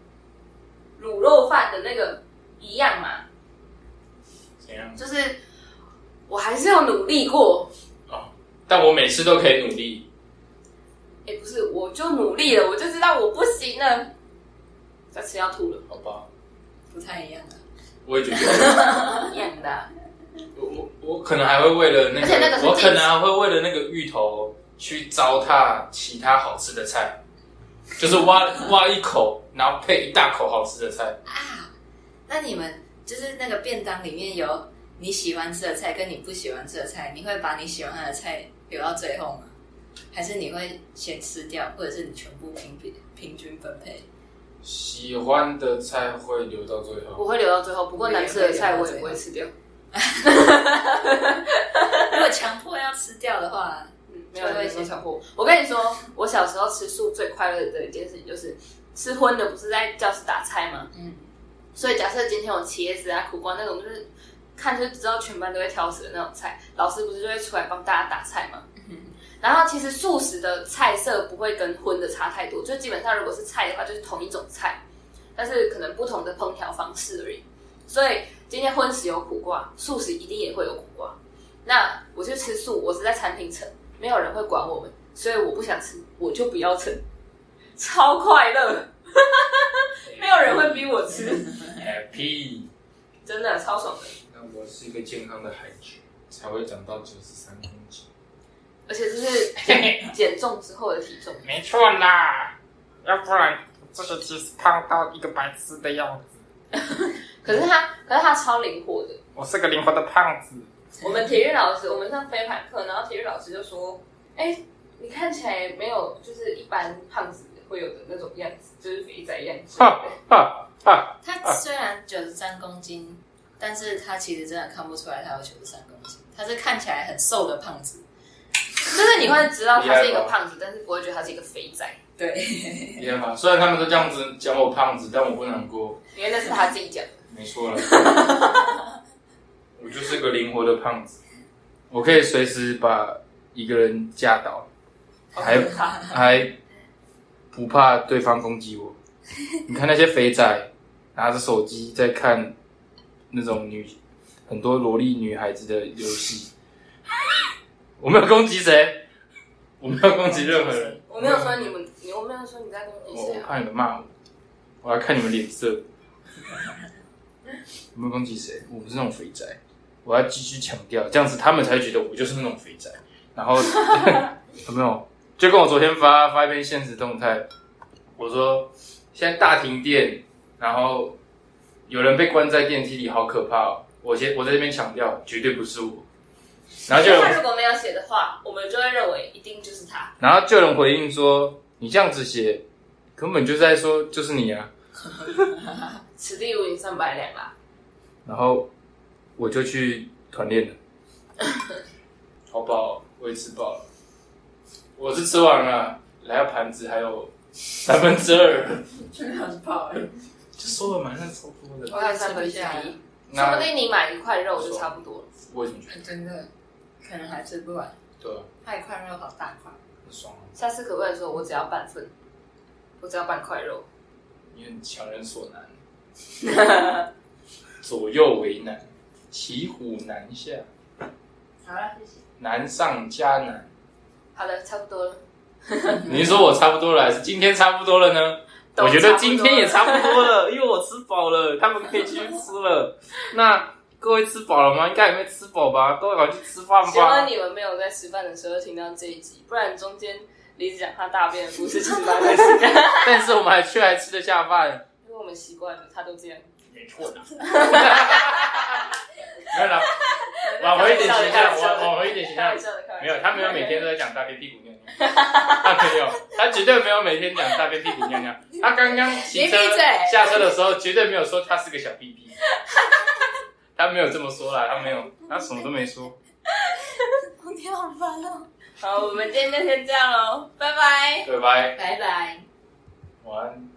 Speaker 4: 卤肉饭的那个一样嘛，
Speaker 5: 怎样？
Speaker 4: 就是我还是要努力过。
Speaker 5: 但我每次都可以努力，
Speaker 4: 哎、不是，我就努力了，我就知道我不行了。再吃要 <laughs> 吐了，
Speaker 5: 好吧？
Speaker 3: 不太一样的。
Speaker 5: 我也觉得，
Speaker 4: 一样的啊、
Speaker 5: 我我我可能还会为了那
Speaker 4: 而且那个是
Speaker 5: 我可
Speaker 4: 禁
Speaker 5: 能
Speaker 4: 止
Speaker 5: 还会为了那个芋头去糟蹋其他好吃的菜，就是挖挖一口，然后配一大口好吃的菜。
Speaker 3: 那你们就是那个便当里面有你喜欢吃的菜跟你不喜欢吃的菜，你会把你喜欢的菜留到最后吗？还是你会先吃掉，或者是你全部平平平均分 <laughs> 配？
Speaker 5: 喜欢的菜会留到最后。
Speaker 4: 我会留到最后。不过难吃的菜我也不会吃掉，
Speaker 3: 如果强迫要吃掉的话，
Speaker 4: 嗯，没有人会强迫我。我跟你说，我小时候吃素最快乐的一件事情就是吃荤的，不是在教室打菜吗？
Speaker 3: 嗯，
Speaker 4: 所以假设今天有茄子啊、苦瓜那种，就是看就知道全班都会挑食的那种菜，老师不是就会出来帮大家打菜吗？然后其实素食的菜色不会跟荤的差太多，就基本上如果是菜的话，就是同一种菜，但是可能不同的烹调方式而已。所以今天荤食有苦瓜，素食一定也会有苦瓜。那我去吃素，我是在餐厅盛，没有人会管我们，所以我不想吃，我就不要盛，超快乐，没有人会逼我吃。
Speaker 5: Happy。
Speaker 4: 真的超爽的，
Speaker 5: 那我是一个健康的孩子，才会长到九十三公斤。
Speaker 4: 而且这是 <laughs> 减减重之后的体重。
Speaker 6: 没错啦，要不然这学期是胖到一个白痴的样子。
Speaker 4: 可是他，可是他超灵活的。
Speaker 6: 我是个灵活的胖
Speaker 5: <laughs>
Speaker 6: 子，
Speaker 4: 我们体育老师，我们上飞盘课，然后体育老师就说：“哎、你看起来没有就是一般胖子会有的那种样子，就是肥仔样子。
Speaker 6: 哈哈哈！
Speaker 3: 他虽然九十三公斤，但是他其实真的看不出来他有九十三公斤，他是看起来很瘦的胖子。
Speaker 4: 就是你会知道他是一个胖子，但是不会觉得他是一个肥仔，
Speaker 3: 对， <laughs>
Speaker 5: 没办法，虽然他们都这样子讲我胖子，但我不难过。
Speaker 4: 因为那是他自己讲的。
Speaker 5: 没错了， <laughs> 我就是个灵活的胖子，我可以随时把一个人架倒，
Speaker 4: 哦
Speaker 5: 还还不怕对方攻击我。你看那些肥仔拿着手机在看那种女很多萝莉女孩子的游
Speaker 4: <laughs>
Speaker 5: 戏，我没有攻击谁，我没有攻击任何人。哦
Speaker 4: 我没有说你们，你我没有说你在攻击
Speaker 5: 我
Speaker 4: 谁
Speaker 5: 我
Speaker 4: 啊？
Speaker 5: 怕你们骂我，我要看你们脸色。有没有攻击谁？我不是那种肥宅，我要继续强调，这样子他们才觉得我就是那种肥宅。然后有没有？就跟我昨天发发一篇现实动态，我说现在大停电，然后有人被关在电梯里，好可怕哦！我先我在这边强调，绝对不是我，
Speaker 1: 然
Speaker 4: <laughs>
Speaker 1: 后就有
Speaker 4: 他如果没有写的话，我们就会认为一定就是他。
Speaker 1: 然后就有人回应说：“你这样子写，根本就在说就是你啊。
Speaker 4: 此地无银三百两啦。”
Speaker 1: 然后我就去团练了。
Speaker 5: <laughs> 好饱哦，我也吃饱了。我是吃完了，来到盘子还有 <laughs> 三分之二，
Speaker 3: 真的很饱哎，
Speaker 5: 就收了蛮像超多的。
Speaker 3: 我还三分之一，
Speaker 4: 说不
Speaker 5: 那
Speaker 4: 定你买一块肉就差不多了。
Speaker 5: 我也怎么觉得？
Speaker 3: 真的可能还吃不完，
Speaker 5: 对啊，
Speaker 3: 太块肉好大 <laughs> 块，
Speaker 5: 很爽啊，
Speaker 4: 下次可不可以说我只要半份，我只要半块肉？
Speaker 5: 因为强人所难，
Speaker 3: <laughs>
Speaker 5: 左右为难，骑虎难下，
Speaker 3: 好了，谢谢。
Speaker 5: 难上加难。
Speaker 4: 好了，差不多了。
Speaker 5: <laughs> 你是说我差不多了，还是今天差不多了呢？
Speaker 4: 都
Speaker 5: 我觉得
Speaker 4: 差不多
Speaker 5: 今天也差不多了， <laughs> 因为我吃饱了，他们可以继续吃了。那各位吃饱了吗？应该也没吃饱吧？各位赶快去吃饭
Speaker 4: 希望
Speaker 5: 吧。
Speaker 4: 你们没有在吃饭的时候听到这一集，不然中间李子讲他大便的故事，其实蛮开心的。
Speaker 5: <laughs> 但是我们还却还吃得下饭，
Speaker 4: <laughs> 因为我们习惯了，他都这样。
Speaker 5: <laughs> 没错的。没有啦，往回一点形
Speaker 4: <laughs>
Speaker 5: 象，往往回一点形
Speaker 4: 开
Speaker 5: 象
Speaker 4: 玩。笑的，开玩笑的。
Speaker 5: 没有，他没有每天都在讲大便屁股尿尿，他没有，他绝对没有每天讲大便屁股尿尿。他刚刚骑车
Speaker 3: 你闭嘴
Speaker 5: 下车的时候，绝对没有说他是个小屁屁，他没有这么说啦，他没有，他什么都没说。
Speaker 3: 冬天好烦哦，
Speaker 4: 好，我们今天就先这样喽，拜拜。
Speaker 5: 对，拜，
Speaker 3: 拜拜。
Speaker 5: 晚安。